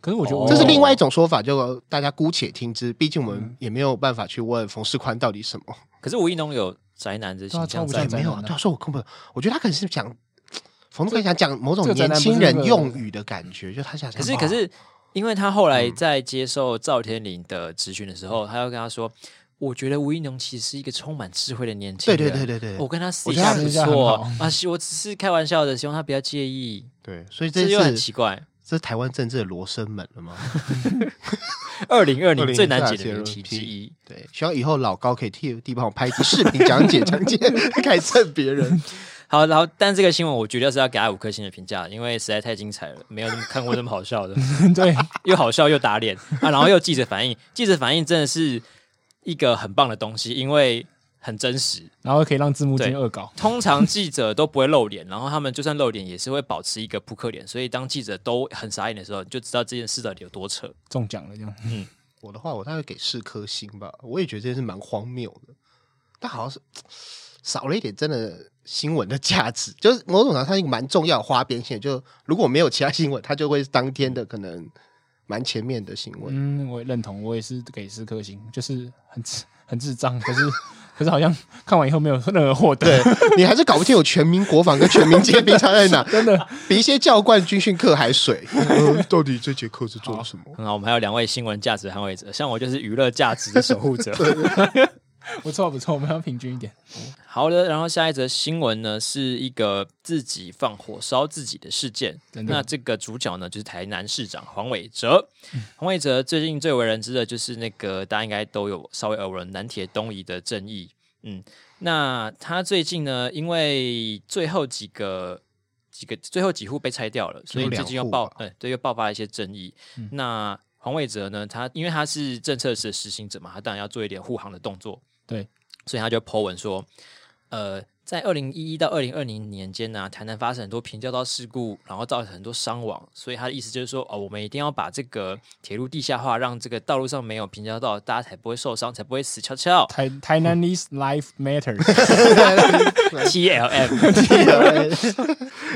[SPEAKER 2] 可是我觉得我
[SPEAKER 3] 这是
[SPEAKER 1] 哦
[SPEAKER 3] 另外一种说法，就大家姑且听之，毕竟我
[SPEAKER 2] 嗯
[SPEAKER 3] 们也没有办法去问冯世宽到底什么。
[SPEAKER 1] 可是吴一农有宅男的形象
[SPEAKER 2] 对啊超不
[SPEAKER 1] 在
[SPEAKER 2] 像
[SPEAKER 1] 吗
[SPEAKER 3] 对，
[SPEAKER 2] 宅？
[SPEAKER 3] 没有啊，
[SPEAKER 2] 男啊
[SPEAKER 3] 对啊，说我根本，我觉得他可能是讲，冯志刚想讲某
[SPEAKER 2] 这
[SPEAKER 3] 种
[SPEAKER 2] 个宅
[SPEAKER 3] 年
[SPEAKER 2] 男
[SPEAKER 3] 轻
[SPEAKER 2] 不是那
[SPEAKER 3] 人
[SPEAKER 2] 个
[SPEAKER 3] 用语的感觉，就他想讲，哦
[SPEAKER 1] 可是
[SPEAKER 3] 哇
[SPEAKER 1] 可是，因为他后来在接受赵天林的咨询的时候，他又跟他说：“我觉得吴一农其实是一个充满智慧的年轻
[SPEAKER 3] 对
[SPEAKER 1] 人。”
[SPEAKER 3] 对对对对
[SPEAKER 1] 我跟他私底
[SPEAKER 2] 我觉
[SPEAKER 1] 下
[SPEAKER 2] 得他
[SPEAKER 1] 不
[SPEAKER 2] 私底下
[SPEAKER 1] 错
[SPEAKER 2] 很嗯
[SPEAKER 1] 啊，是我只是开玩笑的，希望他不要介意。
[SPEAKER 3] 对，所以
[SPEAKER 1] 这
[SPEAKER 3] 这
[SPEAKER 1] 又很
[SPEAKER 3] 是
[SPEAKER 1] 奇怪。
[SPEAKER 3] 这是台湾政治的罗生门了吗？
[SPEAKER 1] 二零二零
[SPEAKER 3] 2020
[SPEAKER 1] 最难解的命题之一，
[SPEAKER 3] 对，希望以后老高可以替地帮我拍一集视频讲解讲解， 开始蹭别人。
[SPEAKER 1] 好，然后但这个新闻我绝对是要给他五颗星的评价，因为实在太精彩了，没有看过那么好笑 的，
[SPEAKER 2] 对，
[SPEAKER 1] 又好笑又打脸啊，然后又记者反应， 记者反应真的是一个很棒的东西，因为很真实。
[SPEAKER 2] 然后可以让字幕
[SPEAKER 1] 对
[SPEAKER 2] 君恶搞。
[SPEAKER 1] 通常记者都不会露 脸，然后他们就算露脸也是会保持一个扑克脸，所以当记者都很傻眼的时候，你就知道这件事到底有多扯。
[SPEAKER 2] 中奖了这样。
[SPEAKER 3] 我的话，我大概给四颗星吧，我也觉得这件事蛮荒谬的，但好像是少了一点真的新闻的价值，就是某种程度上它是一个蛮重要的花边线，就如果没有其他新闻，它就会是当天的可能蛮前面的新闻。
[SPEAKER 2] 嗯，我也认同，我也是给四颗星，就是很智很智障，可是 可是好像看完以后没有任何获得。
[SPEAKER 3] 对你还是搞不清楚全民国防跟全民皆兵差在哪，真的比一些教官军训课还水。到底这节课是做什么？
[SPEAKER 1] 很好，我们还有两位新闻价值捍卫者，像我就是娱乐价值的守护者。
[SPEAKER 2] 不错不错，我们要平均一点。
[SPEAKER 1] 好的，然后下一则新闻呢是一个自己放火烧自己的事件。
[SPEAKER 2] 真的
[SPEAKER 1] 那这个主角呢就是台南市长黄伟哲。
[SPEAKER 3] 嗯
[SPEAKER 1] 黄伟哲最近最为人知的就是那个大家应该都有稍微耳闻南铁东移的正义。嗯，那他最近呢，因为最后几个几个最后几户被拆掉了，所以最近又爆
[SPEAKER 3] 只有两户吧嗯
[SPEAKER 1] 呃对又爆发一些争议。那黄伟哲呢，他因为他是政策时的实行者嘛，他当然要做一点护航的动作。
[SPEAKER 2] 对，
[SPEAKER 1] 所以他就 Po 文说，呃，在二零一一到二零二零年间呢、台南发生很多平交道事故，然后造成很多伤亡，所以他的意思就是说，哦，我们一定要把这个铁路地下化，让这个道路上没有平交道，大家才不会受伤，才不会死翘翘。
[SPEAKER 2] 台台南 is life matters，
[SPEAKER 1] T L M，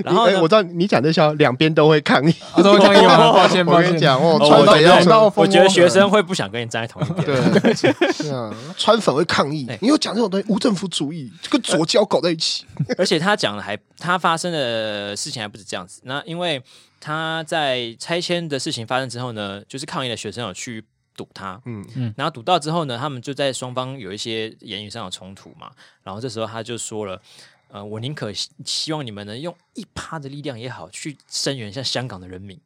[SPEAKER 1] 然后
[SPEAKER 3] 哎
[SPEAKER 1] 呢
[SPEAKER 3] 我？知道你讲这笑，两边都会抗议。
[SPEAKER 2] 我都同意吗？哦抱歉
[SPEAKER 3] 我
[SPEAKER 2] 抱
[SPEAKER 3] 跟
[SPEAKER 2] 歉
[SPEAKER 3] 你，讲，哦，
[SPEAKER 1] 哦
[SPEAKER 3] 川
[SPEAKER 1] 我
[SPEAKER 3] 粉
[SPEAKER 1] 觉
[SPEAKER 3] 要
[SPEAKER 2] 知道
[SPEAKER 1] 得
[SPEAKER 2] 到
[SPEAKER 1] 我
[SPEAKER 2] 疯
[SPEAKER 1] 觉得
[SPEAKER 2] 魔
[SPEAKER 1] 学生会不想跟你站在同一边。
[SPEAKER 3] 对，是啊，川粉会抗议
[SPEAKER 1] 哎。
[SPEAKER 3] 你又讲这种东西，无政府主义就跟左交搞在一起。
[SPEAKER 1] 而且他讲的还，他发生的事情还不止这样子。那因为他在拆迁的事情发生之后呢，就是抗议的学生有去堵他，
[SPEAKER 3] 嗯
[SPEAKER 2] 嗯
[SPEAKER 1] 然后堵到之后呢，他们就在双方有一些言语上的冲突嘛。然后这时候他就说了，呃，我宁可希希望你们能用一趴的力量也好，去声援一下香港的人民。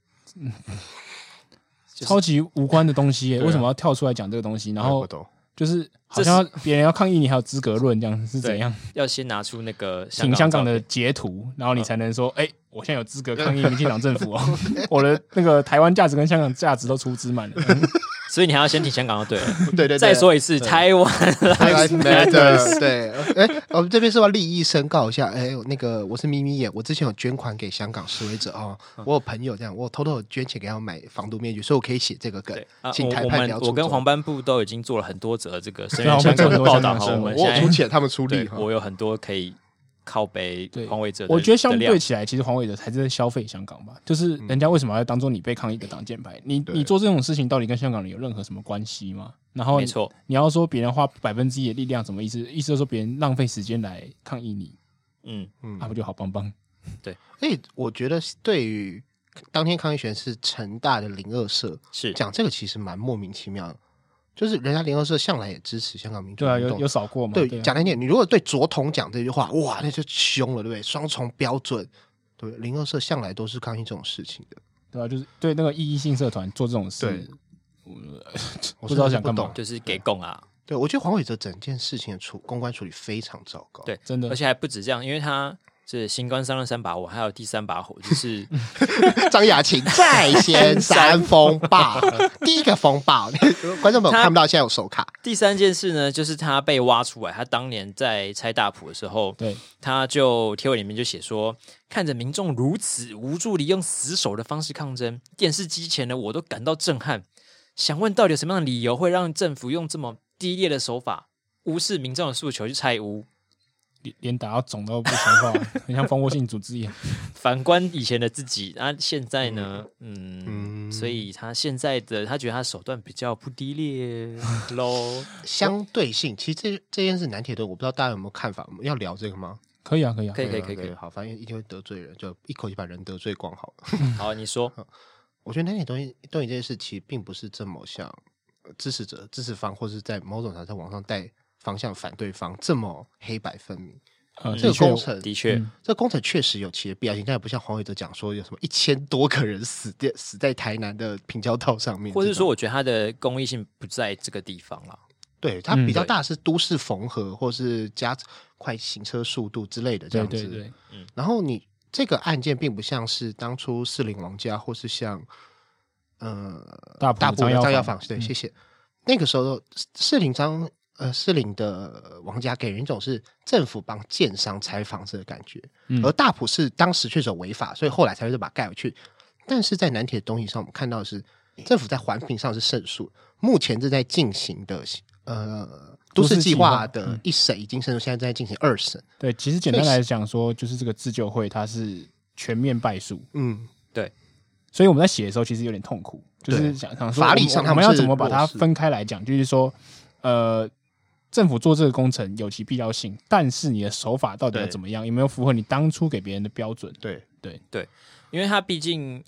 [SPEAKER 2] 超级无关的东西耶，
[SPEAKER 3] 对啊哎
[SPEAKER 2] 为什么要跳出来讲这个东西？然后
[SPEAKER 3] 懂，
[SPEAKER 2] 就是好像要别人要抗议你还有资格论这样是怎样？
[SPEAKER 1] 要先拿出那个
[SPEAKER 2] 请香港
[SPEAKER 1] 照
[SPEAKER 2] 的
[SPEAKER 1] 片嗯
[SPEAKER 2] 截图，然后你才能说，哎，我现在有资 格抗议民进党政府哦， 我的那个台湾价值跟香港价值都出资满 了。
[SPEAKER 1] 所以你还要先请香港的对了。
[SPEAKER 3] 对对对。
[SPEAKER 1] 再说一次，台湾
[SPEAKER 3] Lives matters，对，哎，我们这边是不是要立意申告一下？哎，那个我是咪咪眼，我之前有捐款给香港示威者哦，
[SPEAKER 1] 嗯
[SPEAKER 3] 我有朋友这样，我偷偷有捐钱给他们买防毒面具，所以我可以写这个梗
[SPEAKER 1] 对啊，，
[SPEAKER 3] 请
[SPEAKER 1] 我
[SPEAKER 3] 谈
[SPEAKER 1] 我
[SPEAKER 3] 判
[SPEAKER 1] 们
[SPEAKER 3] 聊出
[SPEAKER 1] 我跟
[SPEAKER 3] 走
[SPEAKER 1] 黄斑部都已经做了很多则这个声
[SPEAKER 2] 对啊
[SPEAKER 1] 援
[SPEAKER 2] 我
[SPEAKER 1] 香
[SPEAKER 2] 们做
[SPEAKER 1] 港
[SPEAKER 2] 很
[SPEAKER 1] 的
[SPEAKER 2] 多
[SPEAKER 1] 报
[SPEAKER 2] 香
[SPEAKER 1] 道
[SPEAKER 2] 港
[SPEAKER 1] 哈，
[SPEAKER 2] 新闻
[SPEAKER 1] 我们
[SPEAKER 3] 我
[SPEAKER 1] 现
[SPEAKER 3] 有出
[SPEAKER 1] 在
[SPEAKER 3] 钱，他们出力
[SPEAKER 1] 对
[SPEAKER 3] 哈。
[SPEAKER 1] 我有很多可以靠背
[SPEAKER 2] 对
[SPEAKER 1] 黄伟哲的，嗯
[SPEAKER 2] 我觉得相
[SPEAKER 1] 的量
[SPEAKER 2] 对起来，其实黄伟哲才是在消费香港吧。就是人家为什么要当做你被抗议的挡箭牌？你
[SPEAKER 3] 对
[SPEAKER 2] 你做这种事情，到底跟香港人有任何什么关系吗？然后
[SPEAKER 1] 没错，
[SPEAKER 2] 你要说别人花百分之一的力量，什么意思？意思就是说别人浪费时间来抗议你，
[SPEAKER 1] 嗯，
[SPEAKER 2] 啊，不就好棒棒？
[SPEAKER 3] 所以哎我觉得对于当天康议员是成大的零二社
[SPEAKER 1] 是
[SPEAKER 3] 讲这个，其实蛮莫名其妙的。就是人家零二社向来也支持香港民主
[SPEAKER 2] 对啊，
[SPEAKER 3] 运
[SPEAKER 2] 有
[SPEAKER 3] 动
[SPEAKER 2] 有，扫过吗？
[SPEAKER 3] 对
[SPEAKER 2] 啊
[SPEAKER 3] 讲难一点，你如果对卓同讲这句话，哇，那就凶了，对不对？双重标准，对不对零二社向来都是抗议这种事情的，
[SPEAKER 2] 对啊，就是对那个异议性社团做这种事
[SPEAKER 3] 对，
[SPEAKER 2] 我
[SPEAKER 3] 我
[SPEAKER 2] 不知道
[SPEAKER 3] 真的是
[SPEAKER 2] 想干
[SPEAKER 3] 不
[SPEAKER 2] 嘛
[SPEAKER 3] 懂，
[SPEAKER 1] 就是给供啊，
[SPEAKER 3] 对我觉得黄伟哲整件事情的处公关处理非常糟糕。
[SPEAKER 1] 对，
[SPEAKER 2] 真的
[SPEAKER 1] 而且还不止这样，因为他是新官上任三把火，还有第三把火，就是
[SPEAKER 3] 张雅 琴再掀三风暴，第一个风 暴，观众朋友
[SPEAKER 1] 他
[SPEAKER 3] 看不到，现在有手卡，
[SPEAKER 1] 第三件事呢，就是他被挖出来，他当年在拆大埔的时候，
[SPEAKER 2] 对，
[SPEAKER 1] 他就贴文里面就写说，看着民众如此无助地用死守的方式抗争，电视机前呢我都感到震撼。想问到底有什么样的理由会让政府用这么低劣的手法，无视民众的诉求去拆屋？
[SPEAKER 2] 脸脸打到肿到不行话， 很像蜂窝性组织炎。
[SPEAKER 1] 反观以前的自己，那、现在呢？嗯，
[SPEAKER 3] 嗯
[SPEAKER 1] 所以他现在的他觉得他手段比较不低劣喽。
[SPEAKER 3] 相对性。其实这这件事南铁盾，我不知道大家有没有看法，我们要聊这个吗？
[SPEAKER 2] 可以啊，可以啊，
[SPEAKER 1] 可以可以
[SPEAKER 3] 啊
[SPEAKER 1] 可以可以。
[SPEAKER 3] 好，反正一定会得罪人，就一口气把人得罪光好了。
[SPEAKER 1] 好，你说，
[SPEAKER 3] 我觉得南铁盾盾这件事，其实并不是这么像呃支持者、支持方，或是在某种程度上往上带方向反对方这么黑白分明。
[SPEAKER 2] 呃，
[SPEAKER 3] 这
[SPEAKER 2] 的
[SPEAKER 3] 个
[SPEAKER 2] 确
[SPEAKER 3] 工，程
[SPEAKER 1] 的确，
[SPEAKER 3] 这工程确实有其的必要性，但也不像黄伟哲讲说有什么一千多个人死掉死在台南的平交道上面，
[SPEAKER 1] 或是
[SPEAKER 3] 这种
[SPEAKER 1] 说，我觉得它的公益性不在这个地方啦。
[SPEAKER 3] 对它
[SPEAKER 2] 嗯
[SPEAKER 3] 比较
[SPEAKER 1] 对
[SPEAKER 3] 大是都市缝合或是加快行车速度之类的这
[SPEAKER 2] 对
[SPEAKER 3] 样子。
[SPEAKER 2] 对对，
[SPEAKER 3] 然后你这个案件并不像是当初四零王家或是像呃
[SPEAKER 2] 大埔
[SPEAKER 3] 大埔
[SPEAKER 2] 张嗯耀
[SPEAKER 3] 张耀
[SPEAKER 2] 坊
[SPEAKER 3] 坊，对，谢谢。那个时候四零张呃四零的王家给人一种是政府帮建商拆房子的感觉，
[SPEAKER 2] 嗯
[SPEAKER 3] 而大埔是当时确实有违法，所以后来才会把它盖回去。但是在南铁的东西上，我们看到的是政府在环评上是胜诉，目前正在进行的呃
[SPEAKER 2] 都
[SPEAKER 3] 都
[SPEAKER 2] 市
[SPEAKER 3] 市
[SPEAKER 2] 计
[SPEAKER 3] 计
[SPEAKER 2] 划嗯
[SPEAKER 3] 划的一审已经胜诉，现在正在进行二审。
[SPEAKER 2] 对，其实简单来讲说，就是这个自救会它是全面败诉，
[SPEAKER 3] 嗯，
[SPEAKER 2] 所以我们在写的时候其实有点痛苦，就是
[SPEAKER 3] 对
[SPEAKER 2] 想想说
[SPEAKER 3] 法理
[SPEAKER 2] 我们
[SPEAKER 3] 上
[SPEAKER 2] 我
[SPEAKER 3] 他
[SPEAKER 2] 们
[SPEAKER 3] 们
[SPEAKER 2] 要
[SPEAKER 3] 是
[SPEAKER 2] 怎么把它
[SPEAKER 3] 弱势
[SPEAKER 2] 分开来讲，就是说，呃，政府做这个工程有其必要性，但是你的手法到底要
[SPEAKER 1] 对
[SPEAKER 2] 怎么样，有没有符合你当初给别人的标准？
[SPEAKER 3] 对，
[SPEAKER 2] 对，
[SPEAKER 1] 因为它毕竟，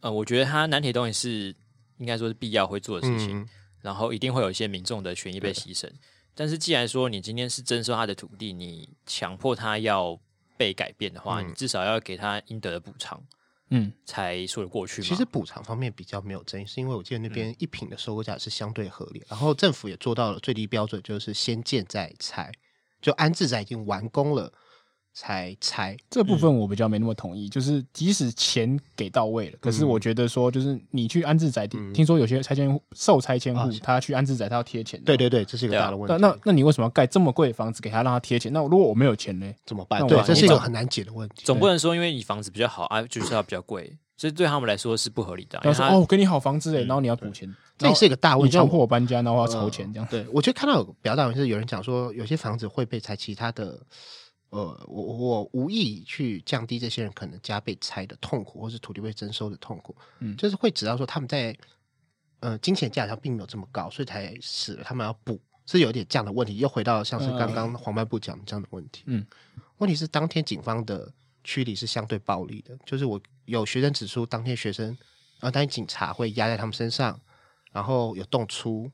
[SPEAKER 1] 呃，我觉得它南铁东西是应该说是必要会做的事情，
[SPEAKER 3] 嗯
[SPEAKER 1] 然后一定会有一些民众的权益被牺牲。但是既然说你今天是征收他的土地，你强迫他要被改变的话，
[SPEAKER 3] 嗯
[SPEAKER 1] 你至少要给他应得的补偿，
[SPEAKER 2] 嗯，
[SPEAKER 1] 才说得过去嘛。
[SPEAKER 3] 其实补偿方面比较没有争议，是因为我记
[SPEAKER 2] 嗯
[SPEAKER 3] 得那边一品的收购价是相对合理，然后政府也做到了最低标准，就是先建再拆，就安置在已经完工了才拆。
[SPEAKER 2] 这部分我比较没那么同意，就是即使钱给到位了，可是
[SPEAKER 3] 嗯
[SPEAKER 2] 我觉得说，就是你去安置宅地，听说有些拆迁户受拆迁户
[SPEAKER 3] 啊是
[SPEAKER 2] 他去安置宅，他要贴钱的，
[SPEAKER 3] 对对对，这是一个
[SPEAKER 1] 对啊
[SPEAKER 3] 大的问
[SPEAKER 2] 那
[SPEAKER 3] 题。
[SPEAKER 2] 那那你为什么要盖这么贵的房子给他让他贴钱？那如果我没有钱呢？
[SPEAKER 3] 怎么
[SPEAKER 2] 那
[SPEAKER 3] 办？
[SPEAKER 2] 我
[SPEAKER 3] 对
[SPEAKER 2] 还，
[SPEAKER 3] 这
[SPEAKER 1] 是
[SPEAKER 3] 是一
[SPEAKER 1] 找
[SPEAKER 3] 个很难解的问题。
[SPEAKER 1] 总不能说因为你房子比较好啊，就是要比较贵，这对他们来说是不合理的啊。因
[SPEAKER 3] 哎
[SPEAKER 2] 他
[SPEAKER 1] 为
[SPEAKER 2] 说
[SPEAKER 1] 他
[SPEAKER 2] 哦，我给你好房子诶，然后你要补钱，
[SPEAKER 3] 嗯这也是一个大
[SPEAKER 2] 你
[SPEAKER 3] 问题。啊嗯
[SPEAKER 2] 强迫我搬家，然后我要筹钱这样。
[SPEAKER 3] 对，我觉得看到有比较大的就是有人讲说，有些房子会被拆，其他的，呃，我我无意去降低这些人可能家被拆的痛苦，或是土地被征收的痛苦，
[SPEAKER 2] 嗯
[SPEAKER 3] 就是会指到说他们在，呃，金钱价值上并没有这么高，所以才使得他们要补，是有点这样的问题，又回到像是刚刚黄班部讲的这样的问题，
[SPEAKER 2] 嗯，
[SPEAKER 3] 问题是当天警方的驱离是相对暴力的，就是我有学生指出，当天学生，啊，当天警察会压在他们身上，然后有动粗，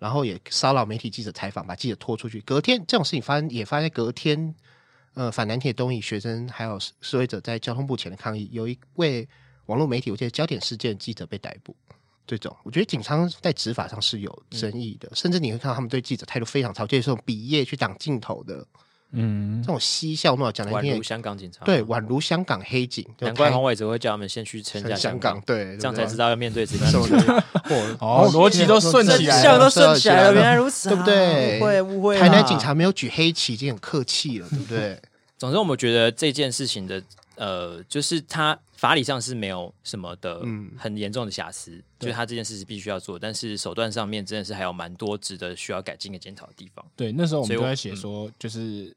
[SPEAKER 3] 然后也骚扰媒体记者采访，把记者拖出去。隔天这种事情发生也发生，隔天，呃，反南铁东移学生还有示示威者在交通部前的抗议，有一位网络媒体，我记得焦点事件记者被逮捕。这种，我觉得警方在执法上是有
[SPEAKER 1] 嗯
[SPEAKER 3] 争议的，甚至你会看到他们对记者态度非常差，就是用笔叶去挡镜头的
[SPEAKER 2] 嗯
[SPEAKER 3] 这，种嬉笑闹，讲难听
[SPEAKER 1] 宛
[SPEAKER 3] 点
[SPEAKER 1] 如，香港警察，
[SPEAKER 3] 对，，宛如香港黑警，就
[SPEAKER 1] 难怪
[SPEAKER 3] 台
[SPEAKER 1] 黄伟哲会叫他们先去参加
[SPEAKER 3] 香
[SPEAKER 1] 港
[SPEAKER 3] 港，，对，
[SPEAKER 1] 这样才知
[SPEAKER 3] 道。
[SPEAKER 1] 道要面对怎么
[SPEAKER 3] 什
[SPEAKER 1] 样
[SPEAKER 3] 么
[SPEAKER 1] 的
[SPEAKER 3] 的
[SPEAKER 2] 哦，逻辑都顺
[SPEAKER 1] 真
[SPEAKER 2] 起来
[SPEAKER 1] 相
[SPEAKER 2] 了。
[SPEAKER 1] 都顺起来了，原来如此、啊，
[SPEAKER 3] 对不对？
[SPEAKER 1] 误会误会啦。啊
[SPEAKER 3] 台南警察没有举黑旗，已经很客气了，对不对？
[SPEAKER 1] 总之，我们觉得这件事情的呃，就是他法理上是没有什么的
[SPEAKER 3] 嗯
[SPEAKER 1] 很严重的瑕疵，就是他这件事是必须要做，但是手段上面真的是还有蛮多值得需要改进跟检讨的地方。
[SPEAKER 3] 嗯
[SPEAKER 2] 对，那时候我
[SPEAKER 1] 所
[SPEAKER 2] 们
[SPEAKER 1] 以
[SPEAKER 2] 都
[SPEAKER 1] 我
[SPEAKER 2] 在写说，就是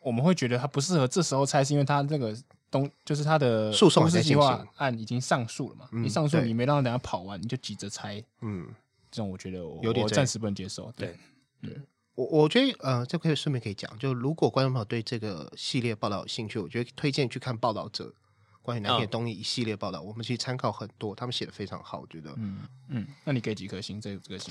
[SPEAKER 2] 我们会觉得它不适合这时候拆，是因为它这个东就是它的
[SPEAKER 3] 诉讼
[SPEAKER 2] 公
[SPEAKER 3] 还
[SPEAKER 2] 司
[SPEAKER 3] 在
[SPEAKER 2] 计
[SPEAKER 3] 进
[SPEAKER 2] 划
[SPEAKER 3] 行
[SPEAKER 2] 案已经上诉了嘛？
[SPEAKER 3] 嗯
[SPEAKER 2] 你上诉
[SPEAKER 3] 对
[SPEAKER 2] 你没让它等它跑完，你就急着拆，
[SPEAKER 3] 嗯，
[SPEAKER 2] 这种我觉得我
[SPEAKER 3] 有点
[SPEAKER 2] 我
[SPEAKER 3] 这样
[SPEAKER 2] 暂时不能接受。对
[SPEAKER 1] 对，
[SPEAKER 3] 我我觉得呃，这可以顺便可以讲，就如果观众朋友对这个系列报道有兴趣，我觉得推荐去看《报道者》关于南铁
[SPEAKER 1] 嗯
[SPEAKER 3] 东一一系列报道，我们去参考很多，他们写的非常好，我觉得
[SPEAKER 2] 嗯嗯，那你给几颗星？这这个星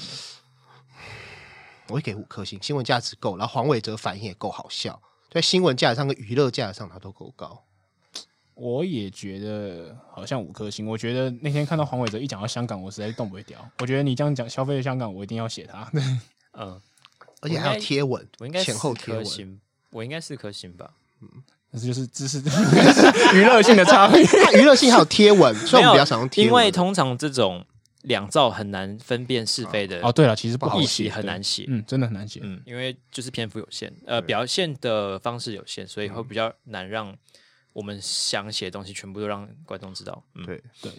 [SPEAKER 3] 我会给五颗星，新闻价值够，然后黄伟哲反应也够好笑，在新闻价值上跟娱乐价值上，他都够高。
[SPEAKER 2] 我也觉得好像五颗星。我觉得那天看到黄伟哲一讲到香港，我实在是动不会掉。我觉得你这样讲消费的香港，我一定要写他。
[SPEAKER 1] 嗯，
[SPEAKER 3] 而且还有贴文，
[SPEAKER 1] 我应该
[SPEAKER 3] 前后
[SPEAKER 1] 四
[SPEAKER 3] 贴
[SPEAKER 1] 颗
[SPEAKER 3] 文，
[SPEAKER 1] 星，我应该四颗星吧。
[SPEAKER 2] 但是就是知识 娱乐性的差别。
[SPEAKER 3] 它娱乐性还有贴 文，所以我们比较常用贴文。
[SPEAKER 1] 因为通常这种两造很难分辨是非的
[SPEAKER 3] 啊
[SPEAKER 2] 哦，对了，其实不好
[SPEAKER 1] 议
[SPEAKER 2] 写，
[SPEAKER 1] 题很
[SPEAKER 2] 对
[SPEAKER 1] 难写。
[SPEAKER 2] 嗯，真的很难写。
[SPEAKER 1] 嗯，因为就是篇幅有限，呃，表现的方式有限，所以会比较难让我们想写的东西全部都让观众知道。嗯，
[SPEAKER 3] 对
[SPEAKER 2] 对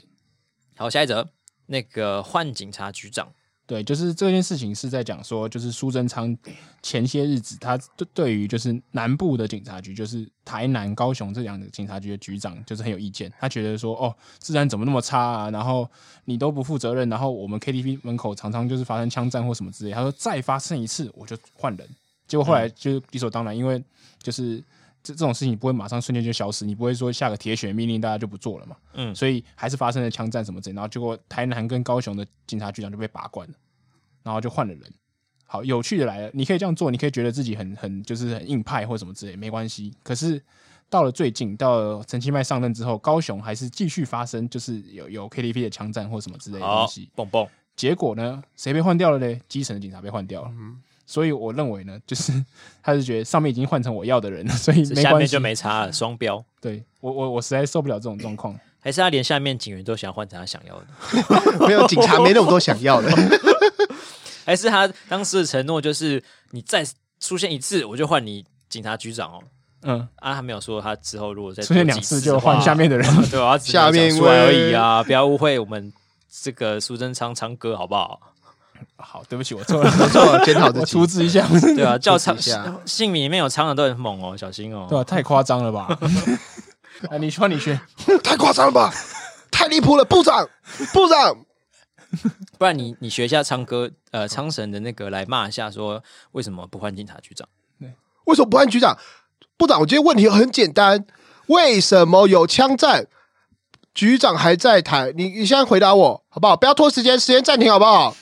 [SPEAKER 1] 好，下一则，那个换警察局长，
[SPEAKER 2] 对，就是这件事情是在讲说，就是苏贞昌前些日子，他对对于就是南部的警察局，就是台南、高雄这两个警察局的局长，就是很有意见。他觉得说，哦，治安怎么那么差啊？然后你都不负责任，然后我们 KTV 门口常常就是发生枪战或什么之类。他说再发生一次我就换人。结果后来就理所当然，因为就是这这种事情不会马上瞬间就消失，你不会说下个铁血命令大家就不做了嘛。
[SPEAKER 1] 嗯
[SPEAKER 2] 所以还是发生了枪战什么之类，然后结果台南跟高雄的警察局长就被拔罐了，然后就换了人。好，有趣的来了，你可以这样做，你可以觉得自己很很就是很硬派或什么之类，没关系。可是到了最近，到了陈其迈上任之后，高雄还是继续发生就是有有 KTV 的枪战或什么之类的东
[SPEAKER 1] 好
[SPEAKER 2] 西。，
[SPEAKER 1] 蹦蹦，
[SPEAKER 2] 结果呢，谁被换掉了嘞？基层的警察被换掉了。
[SPEAKER 1] 嗯
[SPEAKER 2] 所以我认为呢，就是 他是觉得上面已经换成我要的人了，所以
[SPEAKER 1] 这
[SPEAKER 2] 没
[SPEAKER 1] 下
[SPEAKER 2] 关
[SPEAKER 1] 面
[SPEAKER 2] 系。
[SPEAKER 1] 就没差了，双标。
[SPEAKER 2] 对我我我实在受不了这种状况。
[SPEAKER 1] 还是他连下面警员都想换成他想要的，
[SPEAKER 3] 没有警察没那么多想 要的，
[SPEAKER 1] 还是他当时的承诺就是你再出现一次，我就换你警察局长哦。
[SPEAKER 2] 嗯，
[SPEAKER 1] 啊，他没有说他之后如果再
[SPEAKER 2] 出现
[SPEAKER 1] 多
[SPEAKER 2] 两
[SPEAKER 1] 几
[SPEAKER 2] 次
[SPEAKER 1] 次
[SPEAKER 2] 就
[SPEAKER 1] 的
[SPEAKER 2] 换
[SPEAKER 1] 话
[SPEAKER 2] 下面的人。
[SPEAKER 1] 对啊，只是
[SPEAKER 3] 下面
[SPEAKER 1] 讲出来而
[SPEAKER 3] 一位
[SPEAKER 1] 已啊，不要误会我们这个苏贞昌昌哥好不好？
[SPEAKER 2] 好，对不起，我错了，
[SPEAKER 3] 不错，检讨自
[SPEAKER 2] 我
[SPEAKER 3] 己
[SPEAKER 2] 出。资一下。
[SPEAKER 1] 对啊，叫
[SPEAKER 3] 复
[SPEAKER 1] 昌
[SPEAKER 3] 习一下
[SPEAKER 1] 姓名里面有昌的都很猛哦，小心哦。
[SPEAKER 2] 对啊，太夸张了吧？ 啊，你说你去，
[SPEAKER 3] 太夸张了吧？太离谱了，部长，部长，
[SPEAKER 1] 不然你你学一下昌哥呃昌神的那个来骂一下，说为什么不换警察局长？
[SPEAKER 3] 为什么不按局长？部长，我今天问题很简单，为什么有枪战？局长还在谈，你你现在回答我好不好？不要拖时间，时间暂停好不好？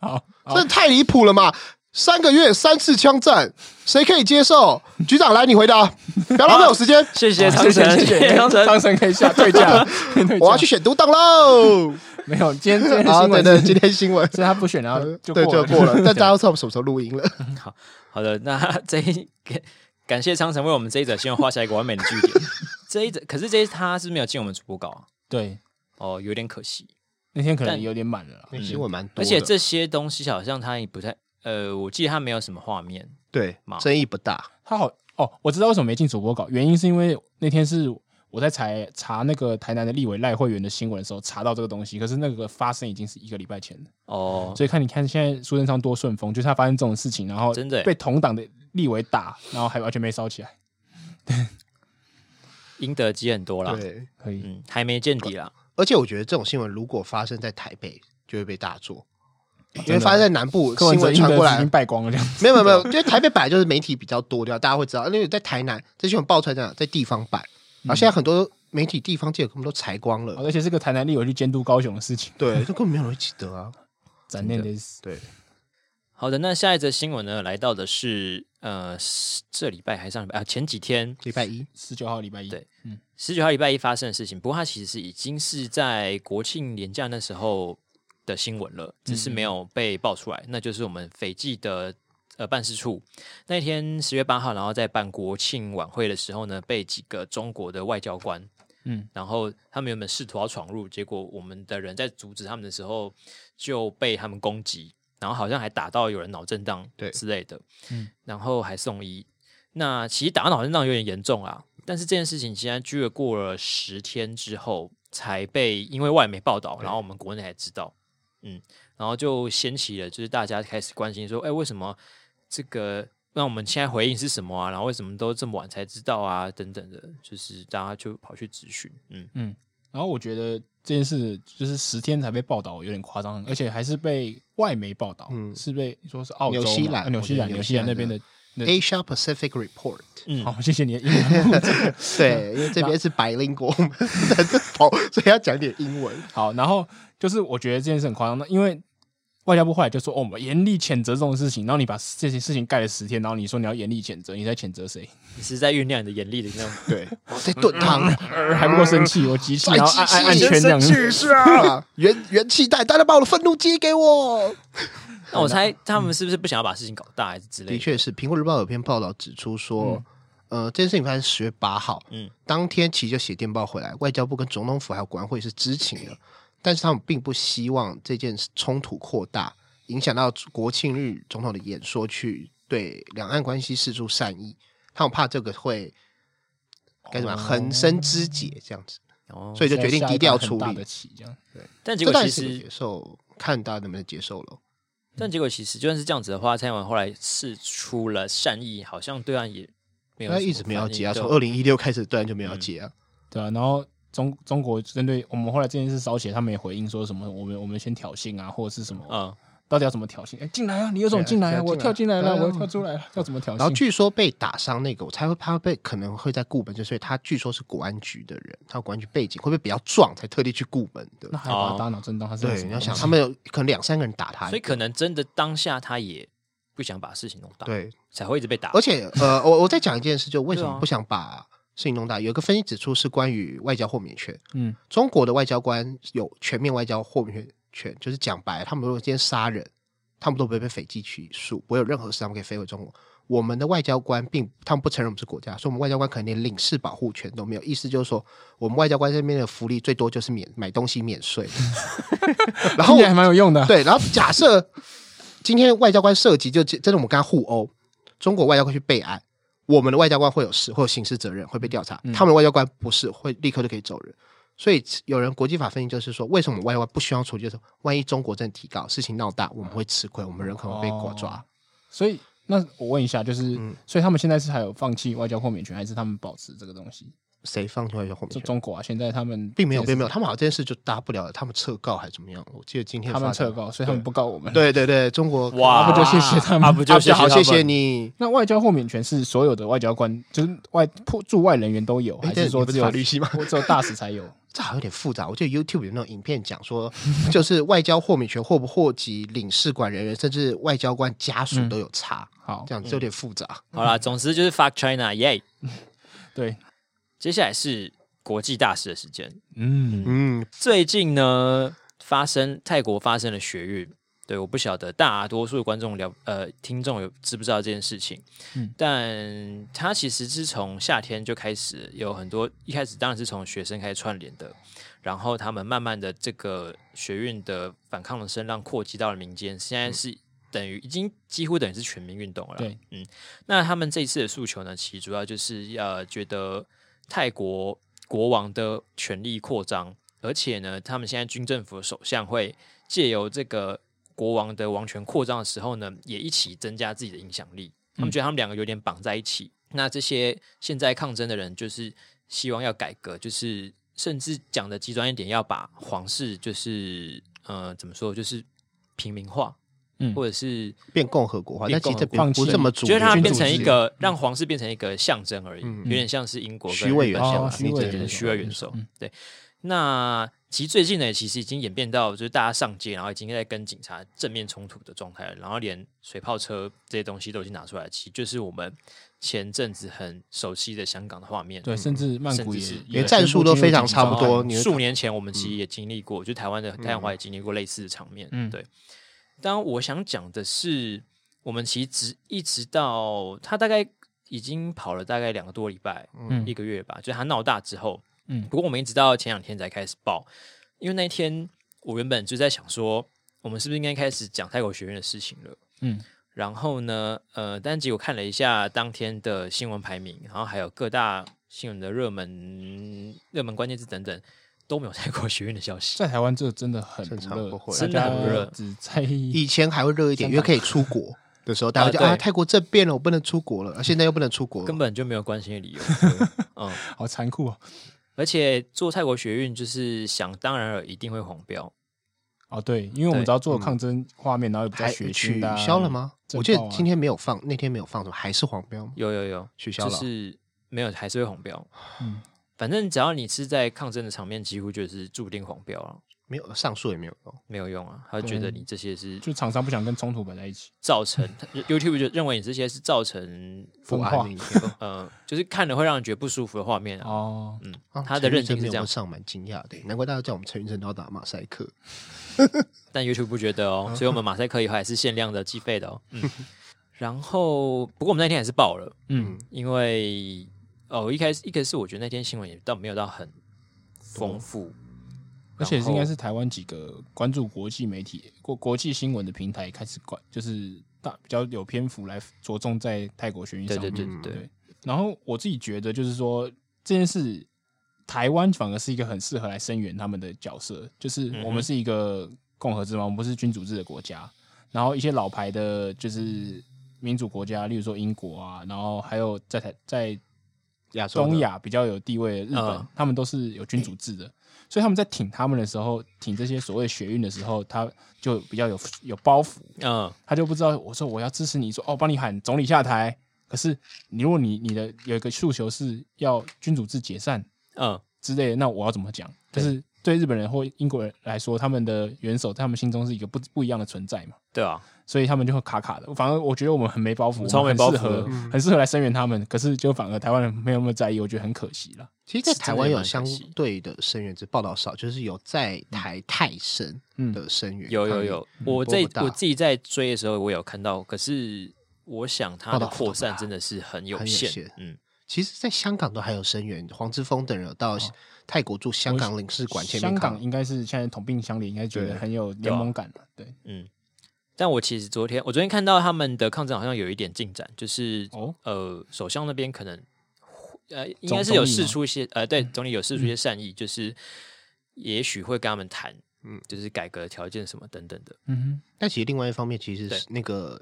[SPEAKER 2] 好，
[SPEAKER 3] 这太离谱了嘛！三个月三次枪战，谁可以接受？局长来，你回答，不要浪费我时间，
[SPEAKER 1] 谢哦谢
[SPEAKER 2] 谢
[SPEAKER 1] 昌
[SPEAKER 2] 啊谢
[SPEAKER 1] 神，
[SPEAKER 2] 谢谢，
[SPEAKER 1] 昌神。
[SPEAKER 2] 当神可以下对 价，对价
[SPEAKER 3] 我要去选独党喽。
[SPEAKER 2] 没有， 今天今天的
[SPEAKER 3] 好，
[SPEAKER 2] 新
[SPEAKER 3] 对
[SPEAKER 2] 闻
[SPEAKER 3] 对，
[SPEAKER 2] 是
[SPEAKER 3] 今天新闻，
[SPEAKER 2] 是他不选，然后 就
[SPEAKER 3] 对就过了，但
[SPEAKER 2] 对
[SPEAKER 3] 大家都知道我们什么时候录音 了。
[SPEAKER 1] 好的，那这一感感谢昌神为我们这一则新闻画下一个完美的句点。这一则可是这一他是没有进我们主播稿啊、
[SPEAKER 2] 对，
[SPEAKER 1] 哦，有点可惜。
[SPEAKER 2] 那天可能
[SPEAKER 1] 但
[SPEAKER 2] 有点满了啦。
[SPEAKER 3] 新闻蛮多
[SPEAKER 1] 而且这些东西好像他也不太呃，我记得他没有什么画面。
[SPEAKER 3] 对
[SPEAKER 1] 嘛
[SPEAKER 3] 争议不大，
[SPEAKER 2] 他好哦，我知道为什么没进主播稿，原因是因为那天是我在查查那个台南的立委赖慧媛的新闻的时候查到这个东西，可是那个发生已经是一个礼拜前了，
[SPEAKER 1] 哦，
[SPEAKER 2] 所以看你看现在苏贞昌多顺风，就是他发生这种事情，然后
[SPEAKER 1] 真的欸
[SPEAKER 2] 被同党的立委打，然后还完全没烧起来，
[SPEAKER 1] 赢得机很多啦，
[SPEAKER 3] 对。
[SPEAKER 2] 可以，
[SPEAKER 1] 嗯，还没见底啦。
[SPEAKER 3] 而且我觉得这种新闻如果发生在台北，就会被大做，因
[SPEAKER 2] 哦真的
[SPEAKER 3] 为发生在南部，
[SPEAKER 2] 柯
[SPEAKER 3] 新
[SPEAKER 2] 文哲
[SPEAKER 3] 闻传
[SPEAKER 2] 应
[SPEAKER 3] 过
[SPEAKER 2] 该已
[SPEAKER 3] 来
[SPEAKER 2] 经，败光了这样。
[SPEAKER 3] 没有没有没 有，因为台北本来就是媒体比较多，对吧？大家会知道，因为在台南这新闻爆出来在哪，在地方版，
[SPEAKER 2] 嗯
[SPEAKER 3] 然后现在很多媒体地方界根本都裁光了，
[SPEAKER 2] 而且是个台南立委去监督高雄的事情，
[SPEAKER 3] 对， 这根本没有人会记得啊。
[SPEAKER 2] 展念的是
[SPEAKER 3] 对，
[SPEAKER 1] 好的，那下一则新闻呢，来到的是呃，是这礼拜还上礼拜啊，前几天
[SPEAKER 3] 礼拜一，
[SPEAKER 2] 十九号礼拜一，
[SPEAKER 1] 对
[SPEAKER 2] 嗯，
[SPEAKER 1] 十九号礼拜一发生的事情，不过它其实是已经是在国庆连假那时候的新闻了，只是
[SPEAKER 2] 嗯
[SPEAKER 1] 没有被爆出来。那就是我们斐济的呃办事处那天十月八号，然后在办国庆晚会的时候呢，被几个中国的外交官，
[SPEAKER 2] 嗯，
[SPEAKER 1] 然后他们原本试图要闯入，结果我们的人在阻止他们的时候就被他们攻击，然后好像还打到有人脑震荡
[SPEAKER 3] 对
[SPEAKER 1] 之类的，
[SPEAKER 2] 嗯，
[SPEAKER 1] 然后还送医。那其实打到脑震荡有点严重啊，但是这件事情竟然居然过了十天之后才被因为外媒报道，然后我们国内才知道，嗯，然后就掀起了就是大家开始关心说，哎，为什么这个那我们现在回应是什么啊？然后为什么都这么晚才知道啊？等等的，就是大家就跑去咨询，嗯，
[SPEAKER 2] 然后我觉得这件事就是十天才被报道，有点夸张，而且还是被外媒报道，
[SPEAKER 3] 嗯
[SPEAKER 2] 是被说是澳洲嘛、
[SPEAKER 3] 纽西兰
[SPEAKER 2] 啊纽西
[SPEAKER 3] 我觉
[SPEAKER 2] 兰、
[SPEAKER 3] 得
[SPEAKER 2] 纽西兰那
[SPEAKER 3] 纽西兰
[SPEAKER 2] 边的。那
[SPEAKER 3] Asia Pacific Report，
[SPEAKER 1] 嗯
[SPEAKER 2] 好，谢谢你的英文。
[SPEAKER 3] 对，因为这边是白领国， 我们在这跑，所以要讲点英文。
[SPEAKER 2] 好，然后就是我觉得这件事很夸张，那因为外交部后来就说，哦，我们严厉谴责这种事情，然后你把这些事情盖了十天，然后你说你要严厉谴责，你在谴责谁？
[SPEAKER 1] 你是在酝酿你的眼力的那种，
[SPEAKER 3] 对，我哦在炖 汤，
[SPEAKER 2] 还不够生气，我急气，
[SPEAKER 3] 再
[SPEAKER 2] 然后按按按
[SPEAKER 3] 继
[SPEAKER 2] 圈
[SPEAKER 3] 续
[SPEAKER 2] 哎这样。
[SPEAKER 3] 是啊，元元气弹，大家把我的愤怒接给我。
[SPEAKER 1] 那我猜他们是不是不想要把事情搞大，还是之类
[SPEAKER 3] 的
[SPEAKER 1] 的？
[SPEAKER 3] 确是，《苹果日报》有篇报道指出说，呃，这件事情发生十月八号，
[SPEAKER 1] 嗯
[SPEAKER 3] 嗯，当天其实就写电报回来，外交部跟总统府还有国安会是知情的，但是他们并不希望这件事冲突扩大，影响到国庆日总统的演说去对两岸关系释出善意，他们怕这个会该怎么样横生枝节这样子，
[SPEAKER 1] 哦，
[SPEAKER 3] 所以就决定低调处
[SPEAKER 2] 下一盘很大
[SPEAKER 3] 理
[SPEAKER 2] 的。棋这样。
[SPEAKER 1] 但结果
[SPEAKER 3] 这
[SPEAKER 1] 其
[SPEAKER 3] 当然是可以
[SPEAKER 1] 实
[SPEAKER 3] 接受，看大家能不能接受了。
[SPEAKER 1] 但结果其实就算是这样子的话，蔡英文后来试出了善意，好像对岸也没有什
[SPEAKER 3] 他
[SPEAKER 1] 么反应，
[SPEAKER 3] 一直没有接啊，
[SPEAKER 1] 就嗯
[SPEAKER 3] 从二零一六开始，对然就没有接啊。
[SPEAKER 2] 对啊，然后中中国针对我们后来这件事烧起来，他们也回应说什么我们我们先挑衅啊，或者是什么，
[SPEAKER 1] 嗯，
[SPEAKER 2] 到底要怎么挑衅？哎，进来啊，你有种
[SPEAKER 3] 对啊
[SPEAKER 2] 进来
[SPEAKER 3] 对
[SPEAKER 2] 啊，
[SPEAKER 3] 啊
[SPEAKER 2] 我跳进来
[SPEAKER 3] 进来
[SPEAKER 2] 了，
[SPEAKER 3] 啊
[SPEAKER 2] 我跳出来了，要怎么挑
[SPEAKER 3] 然后
[SPEAKER 2] 衅？
[SPEAKER 3] 据说被打伤那个，我猜会他被可能会在固门，就所以他据说是国安局的人，他有国安局背景，会不会比较壮才特地去固门的
[SPEAKER 2] 那？还把他打脑震荡，他是有
[SPEAKER 3] 对，
[SPEAKER 2] 什么
[SPEAKER 3] 你要想
[SPEAKER 2] 东西
[SPEAKER 3] 他们有可能两三个人打他
[SPEAKER 1] 所以，可能真的当下他也不想把事情弄大，，
[SPEAKER 3] 对，
[SPEAKER 1] 才会一直被打。
[SPEAKER 3] 而且呃，我我再讲一件事，就为什
[SPEAKER 1] 对啊
[SPEAKER 3] 么不想把事情弄大？有一个分析指出是关于外交豁免权，
[SPEAKER 2] 嗯，
[SPEAKER 3] 中国的外交官有全面外交豁免权，就是讲白了，他们如果今天杀人，他们都不会被斐济起诉，不会有任何事他们可以飞回中国。我们的外交官并他们不承认我们是国家，所以我们外交官可能连领事保护权都没有。意思就是说，我们外交官这边的福利最多就是免买东西 免税。 然后
[SPEAKER 2] 听起来还蛮有用的啊。
[SPEAKER 3] 对，然后假设今天外交官涉及，就真的我们跟他互殴，中国外交官去备案，我们的外交官会有事，会有刑事责任，会被调查；
[SPEAKER 2] 嗯
[SPEAKER 3] 他们的外交官不是，会立刻就可以走人。所以有人国际法分析就是说，为什么我们外交官不希望处理？就是万一中国真的提高事情闹大，我们会吃亏，我们人可能会被国抓。
[SPEAKER 2] 哦所以那我问一下，就是
[SPEAKER 3] 嗯
[SPEAKER 2] 所以他们现在是还有放弃外交豁免权，还是他们保持这个东西？
[SPEAKER 3] 谁放弃外交后
[SPEAKER 2] 就
[SPEAKER 3] 面？
[SPEAKER 2] 中国啊，现在他们
[SPEAKER 3] 并没有，并没
[SPEAKER 2] 有，
[SPEAKER 3] 有，他们好像这件事就搭不了了，他们撤告还是怎么样？我记得今天
[SPEAKER 2] 他们
[SPEAKER 3] 发生
[SPEAKER 2] 撤。告，所以他们不告我们。，
[SPEAKER 3] 对对对，中国
[SPEAKER 1] 哇，
[SPEAKER 2] 不就谢谢他们
[SPEAKER 1] 啊，不就
[SPEAKER 3] 啊
[SPEAKER 1] 谢谢
[SPEAKER 3] 好，
[SPEAKER 1] 他们
[SPEAKER 3] 谢谢。你。
[SPEAKER 2] 那外交豁免权是所有的外交官，就是外驻驻外人员都有，
[SPEAKER 3] 哎
[SPEAKER 2] 还
[SPEAKER 3] 对
[SPEAKER 2] 是说
[SPEAKER 3] 你
[SPEAKER 2] 只
[SPEAKER 3] 不是
[SPEAKER 2] 有
[SPEAKER 3] 法律系吗
[SPEAKER 2] 我只有大使才有？
[SPEAKER 3] 这好像有点复杂。我记得 YouTube 有那种影片讲说， 就是外交豁免权获不获及领事馆人员，甚至外交官家
[SPEAKER 1] 嗯
[SPEAKER 3] 属都有差，
[SPEAKER 2] 好
[SPEAKER 3] 这，样子有点复杂。
[SPEAKER 1] 好啦，总之就是 fuck China，耶、
[SPEAKER 2] 对，
[SPEAKER 1] 接下来是国际大事的时间。
[SPEAKER 2] 嗯，
[SPEAKER 3] 嗯，
[SPEAKER 1] 最近呢，发生泰国发生了血狱，对，我不晓得大多数观众了呃听众有知不知道这件事情，
[SPEAKER 2] 嗯
[SPEAKER 1] 但它其实是从夏天就开始有很多，一开始当然是从学生开始串联的，然后他们慢慢的这个学运的反抗的声浪扩及到了民间，现在是等于已经几乎等于是全民运动了啦。
[SPEAKER 2] 嗯对，
[SPEAKER 1] 嗯，那他们这一次的诉求呢，其实主要就是呃觉得泰国国王的权力扩张，而且呢，他们现在军政府的首相会借由这个国王的王权扩张的时候呢，也一起增加自己的影响力。他们觉得他们两个有点绑在一起。那这些现在抗争的人，就是希望要改革，就是甚至讲的极端一点，要把皇室就是呃怎么说，就是平民化，
[SPEAKER 2] 嗯
[SPEAKER 1] 或者是
[SPEAKER 3] 变共和国化，
[SPEAKER 1] 变
[SPEAKER 3] 但其实这
[SPEAKER 2] 共和
[SPEAKER 3] 并
[SPEAKER 2] 国
[SPEAKER 3] 不这么主
[SPEAKER 1] 觉
[SPEAKER 3] 流，
[SPEAKER 1] 得它
[SPEAKER 2] 君
[SPEAKER 1] 变
[SPEAKER 2] 主
[SPEAKER 1] 成一
[SPEAKER 2] 制
[SPEAKER 1] 个让皇室变成一个象征而已，有点像是英国跟
[SPEAKER 3] 虚伪
[SPEAKER 1] 日本
[SPEAKER 3] 元
[SPEAKER 1] 像
[SPEAKER 2] 素
[SPEAKER 1] 嘛
[SPEAKER 2] 嗯虚伪
[SPEAKER 1] 对
[SPEAKER 2] 元
[SPEAKER 1] 对
[SPEAKER 2] 素
[SPEAKER 1] 虚伪元
[SPEAKER 2] 嗯
[SPEAKER 1] 素。对，那其实最近呢，其实已经演变到就是大家上街，然后已经在跟警察正面冲突的状态了，然后连水炮车这些东西都已经拿出来，其实就是我们前阵子很熟悉的香港的画面。
[SPEAKER 2] 对，甚至曼
[SPEAKER 1] 甚
[SPEAKER 2] 谷
[SPEAKER 1] 至
[SPEAKER 2] 也
[SPEAKER 1] 是
[SPEAKER 2] 也
[SPEAKER 3] 连战术都非常差不
[SPEAKER 2] 宣布进入紧急状
[SPEAKER 3] 多。
[SPEAKER 2] 态
[SPEAKER 3] 你
[SPEAKER 1] 哦
[SPEAKER 3] 嗯
[SPEAKER 1] 数年前我们其实也经历过，就台湾的太阳花也经历过类似的场面。
[SPEAKER 2] 嗯
[SPEAKER 1] 对。当然我想讲的是，我们其实直一直到他大概已经跑了大概两个多礼拜，
[SPEAKER 2] 嗯
[SPEAKER 1] 一个月吧，就是他闹大之后，
[SPEAKER 2] 嗯
[SPEAKER 1] 不过我们一直到前两天才开始报，因为那一天我原本就在想说，我们是不是应该开始讲泰国学院的事情了？
[SPEAKER 2] 嗯，
[SPEAKER 1] 然后呢，呃，但结果看了一下当天的新闻排名，然后还有各大新闻的热门、热门关键字等等，都没有 泰国学院的消息。
[SPEAKER 2] 在台湾这真的很不
[SPEAKER 3] 正常
[SPEAKER 2] 热
[SPEAKER 3] 不，会
[SPEAKER 1] 真的很不热
[SPEAKER 2] 大家只在意
[SPEAKER 3] 以前还会热一点，因为可以出国，的时候，大家就
[SPEAKER 1] 啊对
[SPEAKER 3] 啊泰国政变了，我不能出国了，啊现在又不能出国
[SPEAKER 1] 根
[SPEAKER 3] 了，
[SPEAKER 1] 本就没有关心的 理由。嗯，
[SPEAKER 2] 好残酷哦！
[SPEAKER 1] 而且做泰国学运就是想当然了，一定会黄标。
[SPEAKER 2] 哦，对，因为我们
[SPEAKER 1] 对
[SPEAKER 2] 只要做抗争画面，然后也比较
[SPEAKER 3] 还
[SPEAKER 2] 血
[SPEAKER 3] 取
[SPEAKER 2] 腥的啊，
[SPEAKER 3] 消了吗？
[SPEAKER 2] 震
[SPEAKER 3] 我记
[SPEAKER 2] 爆
[SPEAKER 3] 得
[SPEAKER 2] 啊
[SPEAKER 3] 今天没有放，那天没有放，什么还是黄标吗？
[SPEAKER 1] 有有有，
[SPEAKER 3] 取消
[SPEAKER 1] 就
[SPEAKER 3] 了。
[SPEAKER 1] 是没有还是会黄标。
[SPEAKER 2] 嗯
[SPEAKER 1] 反正只要你是在抗争的场面，几乎就是注定黄标了，
[SPEAKER 3] 没有上诉也没有用，
[SPEAKER 1] 没有用啊。他就觉得你这些是
[SPEAKER 2] 就厂商不想跟冲突摆在一起，
[SPEAKER 1] 造成 YouTube 就认为你这些是造成
[SPEAKER 2] 分
[SPEAKER 3] 不
[SPEAKER 2] 化
[SPEAKER 3] 安的影片
[SPEAKER 1] 呃，就是看了会让人觉得不舒服的画面啊。
[SPEAKER 2] 哦。
[SPEAKER 3] 啊
[SPEAKER 1] 他的认定
[SPEAKER 3] 陈玉
[SPEAKER 1] 是这
[SPEAKER 3] 珍没有
[SPEAKER 1] 样
[SPEAKER 3] 上蛮惊讶的，难怪大家叫我们陈云成都要打马赛克。
[SPEAKER 1] 但 YouTube 不觉得
[SPEAKER 2] 嗯
[SPEAKER 1] 哦，所以我们马赛克以后还是限量的计费的哦。 嗯，然后不过我们那天还是爆了，
[SPEAKER 2] 嗯，
[SPEAKER 1] 因为哦一开始一开始我觉得那天新闻也倒没有到很丰富，
[SPEAKER 2] 而且
[SPEAKER 1] 然
[SPEAKER 2] 是
[SPEAKER 1] 后
[SPEAKER 2] 应该是台湾几个关注国际媒体、国国际新闻的平台开始管，就是大比较有篇幅来着重在泰国学运
[SPEAKER 1] 对对
[SPEAKER 2] 上面。
[SPEAKER 1] 对
[SPEAKER 3] 嗯
[SPEAKER 1] 对对
[SPEAKER 2] 对然后我自己觉得，就是说这件事，台湾反而是一个很适合来声援他们的角色，就是我
[SPEAKER 1] 嗯哼
[SPEAKER 2] 们是一个共和制嘛，我们不是君主制的国家。然后一些老牌的，就是民主国家，例如说英国啊，然后还有在台在
[SPEAKER 3] 亚洲的
[SPEAKER 2] 东亚比较有地位的日本，
[SPEAKER 1] 嗯
[SPEAKER 2] 他们都是有君主制的，所以他们在挺他们的时候，挺这些所谓学运的时候，他就比较有有包袱，
[SPEAKER 1] 嗯
[SPEAKER 2] 他就不知道我说我要支持你，说哦帮你喊总理下台，可是你如果你你的有一个诉求是要君主制解散
[SPEAKER 1] 嗯，
[SPEAKER 2] 之类的，那我要怎么讲？就
[SPEAKER 1] 对
[SPEAKER 2] 是对日本人或英国人来说，他们的元首在他们心中是一个不不一样的存在嘛。
[SPEAKER 1] 对啊，
[SPEAKER 2] 所以他们就会卡卡的。反而我觉得我们很没包袱，
[SPEAKER 1] 超没包袱
[SPEAKER 2] 我们很适合
[SPEAKER 1] 的嗯
[SPEAKER 2] 很适合来声援他们。可是就反而台湾人没有那么在意，我觉得很可惜了。
[SPEAKER 3] 其实，在台湾有相
[SPEAKER 1] 是真的蛮可惜嗯
[SPEAKER 3] 对的声援，只报道少，就是有在台泰生
[SPEAKER 2] 嗯
[SPEAKER 3] 的声援，
[SPEAKER 1] 有有有，我在
[SPEAKER 3] 播嗯不大
[SPEAKER 1] 我自己在追的时候我有看到，可是我想它
[SPEAKER 3] 报
[SPEAKER 1] 的
[SPEAKER 3] 道幅度
[SPEAKER 1] 扩
[SPEAKER 3] 不
[SPEAKER 1] 散
[SPEAKER 3] 大
[SPEAKER 1] 真的是很有
[SPEAKER 3] 很有
[SPEAKER 1] 限
[SPEAKER 3] 限，
[SPEAKER 1] 嗯，
[SPEAKER 3] 其实，在香港都还有声援，黄之锋等人有到
[SPEAKER 1] 哦
[SPEAKER 3] 泰国驻香港领事馆前面
[SPEAKER 2] 香港
[SPEAKER 3] 看。
[SPEAKER 2] 应该是现在统并相连，应该觉得
[SPEAKER 3] 对啊
[SPEAKER 2] 很有联盟感了。对，
[SPEAKER 1] 嗯但我其实昨天，我昨天看到他们的抗争好像有一点进展，就是、
[SPEAKER 2] 哦
[SPEAKER 1] 呃，首相那边可能呃应
[SPEAKER 2] 总
[SPEAKER 1] 该是有
[SPEAKER 2] 总理
[SPEAKER 1] 试
[SPEAKER 2] 吗
[SPEAKER 1] 出一些呃，
[SPEAKER 3] 嗯
[SPEAKER 1] 对，总理有试出一些善意，就是也许会跟他们谈，嗯
[SPEAKER 3] 嗯，
[SPEAKER 1] 就是改革条件什么等等的，
[SPEAKER 2] 嗯
[SPEAKER 3] 但其实另外一方面，其实
[SPEAKER 1] 对
[SPEAKER 3] 是那个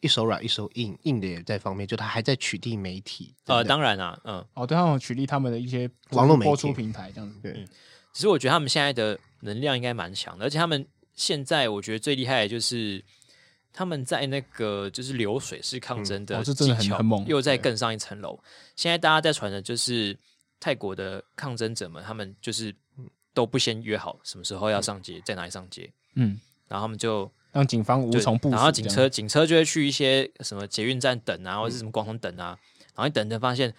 [SPEAKER 3] 一手软一手硬，硬的也在方面，就他还在取缔媒体。
[SPEAKER 1] 呃，
[SPEAKER 3] 等等
[SPEAKER 1] 当然啊，嗯，
[SPEAKER 2] 哼，哦，对，他们有取缔他们的一些
[SPEAKER 3] 网络媒体
[SPEAKER 2] 播出平台这样子。
[SPEAKER 3] 对，。
[SPEAKER 1] 只是我觉得他们现在的能量应该蛮强的，而且他们现在我觉得最厉害的就是他们在那个就是流水式抗争
[SPEAKER 2] 嗯
[SPEAKER 1] 的
[SPEAKER 2] 哦这
[SPEAKER 1] 技
[SPEAKER 2] 真的很
[SPEAKER 1] 巧，
[SPEAKER 2] 很猛
[SPEAKER 1] 又再更上一层楼。现在大家在传的就是泰国的抗争者们，他们就是都不先约好什么时候要上街，在哪里上街，
[SPEAKER 2] 嗯，
[SPEAKER 1] 然后他们就
[SPEAKER 2] 让警方无
[SPEAKER 1] 就
[SPEAKER 2] 从部署。
[SPEAKER 1] 然后警车，警车就会去一些什么捷运站等啊，或者是什么广场等啊，然后一等等发现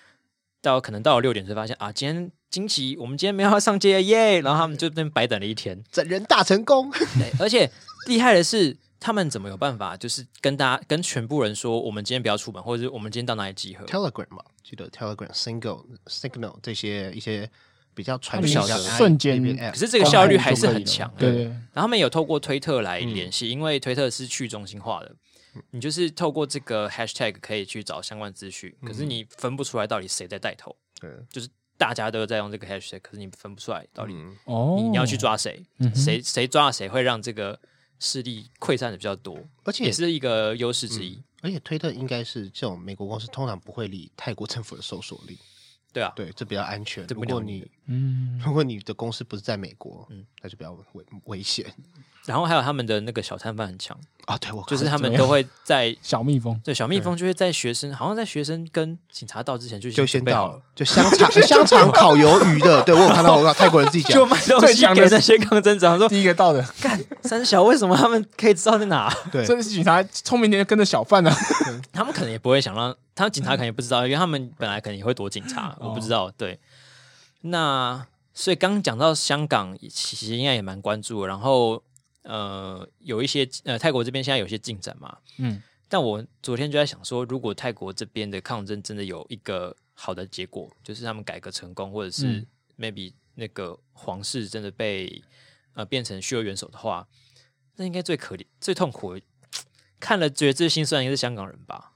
[SPEAKER 1] 到可能到了六点才发现啊，今天惊奇，我们今天没有要上街耶，然后他们就那边白等了一天
[SPEAKER 3] 整人大成功，
[SPEAKER 1] 对，而且厉害的是，他们怎么有办法就是跟大家跟全部人说，我们今天不要出门，或者是我们今天到哪里集合？
[SPEAKER 3] Telegram 嘛，记得 Telegram、Single、Signal 这些一些比较传
[SPEAKER 1] 他们
[SPEAKER 3] 统
[SPEAKER 1] 小
[SPEAKER 3] 的
[SPEAKER 1] 时
[SPEAKER 2] 瞬间
[SPEAKER 1] 可是这个效率还是很强、
[SPEAKER 2] 哦对嗯对，对
[SPEAKER 1] 然后他们有透过推特来联系，因为推特是去中心化的，你就是透过这个 hashtag 可以去找相关资讯，可
[SPEAKER 2] 嗯
[SPEAKER 1] 是你分不出来到底谁在带头，
[SPEAKER 3] 对
[SPEAKER 1] 就是大家都在用这个 hashtag，可是你分不出来到底
[SPEAKER 3] 嗯
[SPEAKER 2] 哦
[SPEAKER 1] 你，你要去抓谁，
[SPEAKER 2] 嗯
[SPEAKER 1] 谁谁抓了谁会让这个势力溃散的比较多，
[SPEAKER 3] 而且
[SPEAKER 1] 也是一个优势之一，
[SPEAKER 3] 而且推特应该是这种美国公司通常不会理泰国政府的搜索令，
[SPEAKER 1] 对啊，
[SPEAKER 3] 对，这比较安全。
[SPEAKER 1] 这
[SPEAKER 3] 如
[SPEAKER 1] 不
[SPEAKER 3] 果
[SPEAKER 1] 鸟你
[SPEAKER 3] 你
[SPEAKER 2] 嗯，
[SPEAKER 3] 如果你的公司不是在美国，嗯，那就比较危危险
[SPEAKER 1] 然后还有他们的那个小摊贩很强，
[SPEAKER 3] 啊。对，我
[SPEAKER 1] 就是
[SPEAKER 3] 看
[SPEAKER 1] 他们
[SPEAKER 2] 怎么样
[SPEAKER 1] 都会在。
[SPEAKER 2] 小蜜蜂，
[SPEAKER 1] 对，小蜜蜂就会在学生，好像在学生跟警察到之前就已经
[SPEAKER 3] 就先
[SPEAKER 1] 准备好
[SPEAKER 3] 到
[SPEAKER 1] 了
[SPEAKER 3] 了，，就香肠 香肠烤鱿鱼的，对我有看到，我看泰国人自己
[SPEAKER 1] 就
[SPEAKER 3] 讲，
[SPEAKER 1] 卖东
[SPEAKER 2] 最
[SPEAKER 1] 西
[SPEAKER 2] 强
[SPEAKER 1] 给
[SPEAKER 2] 的
[SPEAKER 1] 那些抗争者，他说
[SPEAKER 2] 第一个到的，
[SPEAKER 1] 三小为什么他们可以知道在哪？
[SPEAKER 3] 对
[SPEAKER 2] 这是警察聪明点就跟着小贩啊。
[SPEAKER 1] 他们可能也不会想让，他们警察可能也不知道，因为他们本来可能也会躲警察，我不知道。对，那所以刚讲到香港，其实应该也蛮关注的。然后呃，有一些呃泰国这边现在有一些进展嘛，
[SPEAKER 2] 嗯，
[SPEAKER 1] 但我昨天就在想说，如果泰国这边的抗争真的有一个好的结果，就是他们改革成功，或者是
[SPEAKER 2] 嗯
[SPEAKER 1] maybe 那个皇室真的被呃变成虚位元首的话，那应该最可怜、最痛苦的。看了觉得最心酸的应该是香港人吧？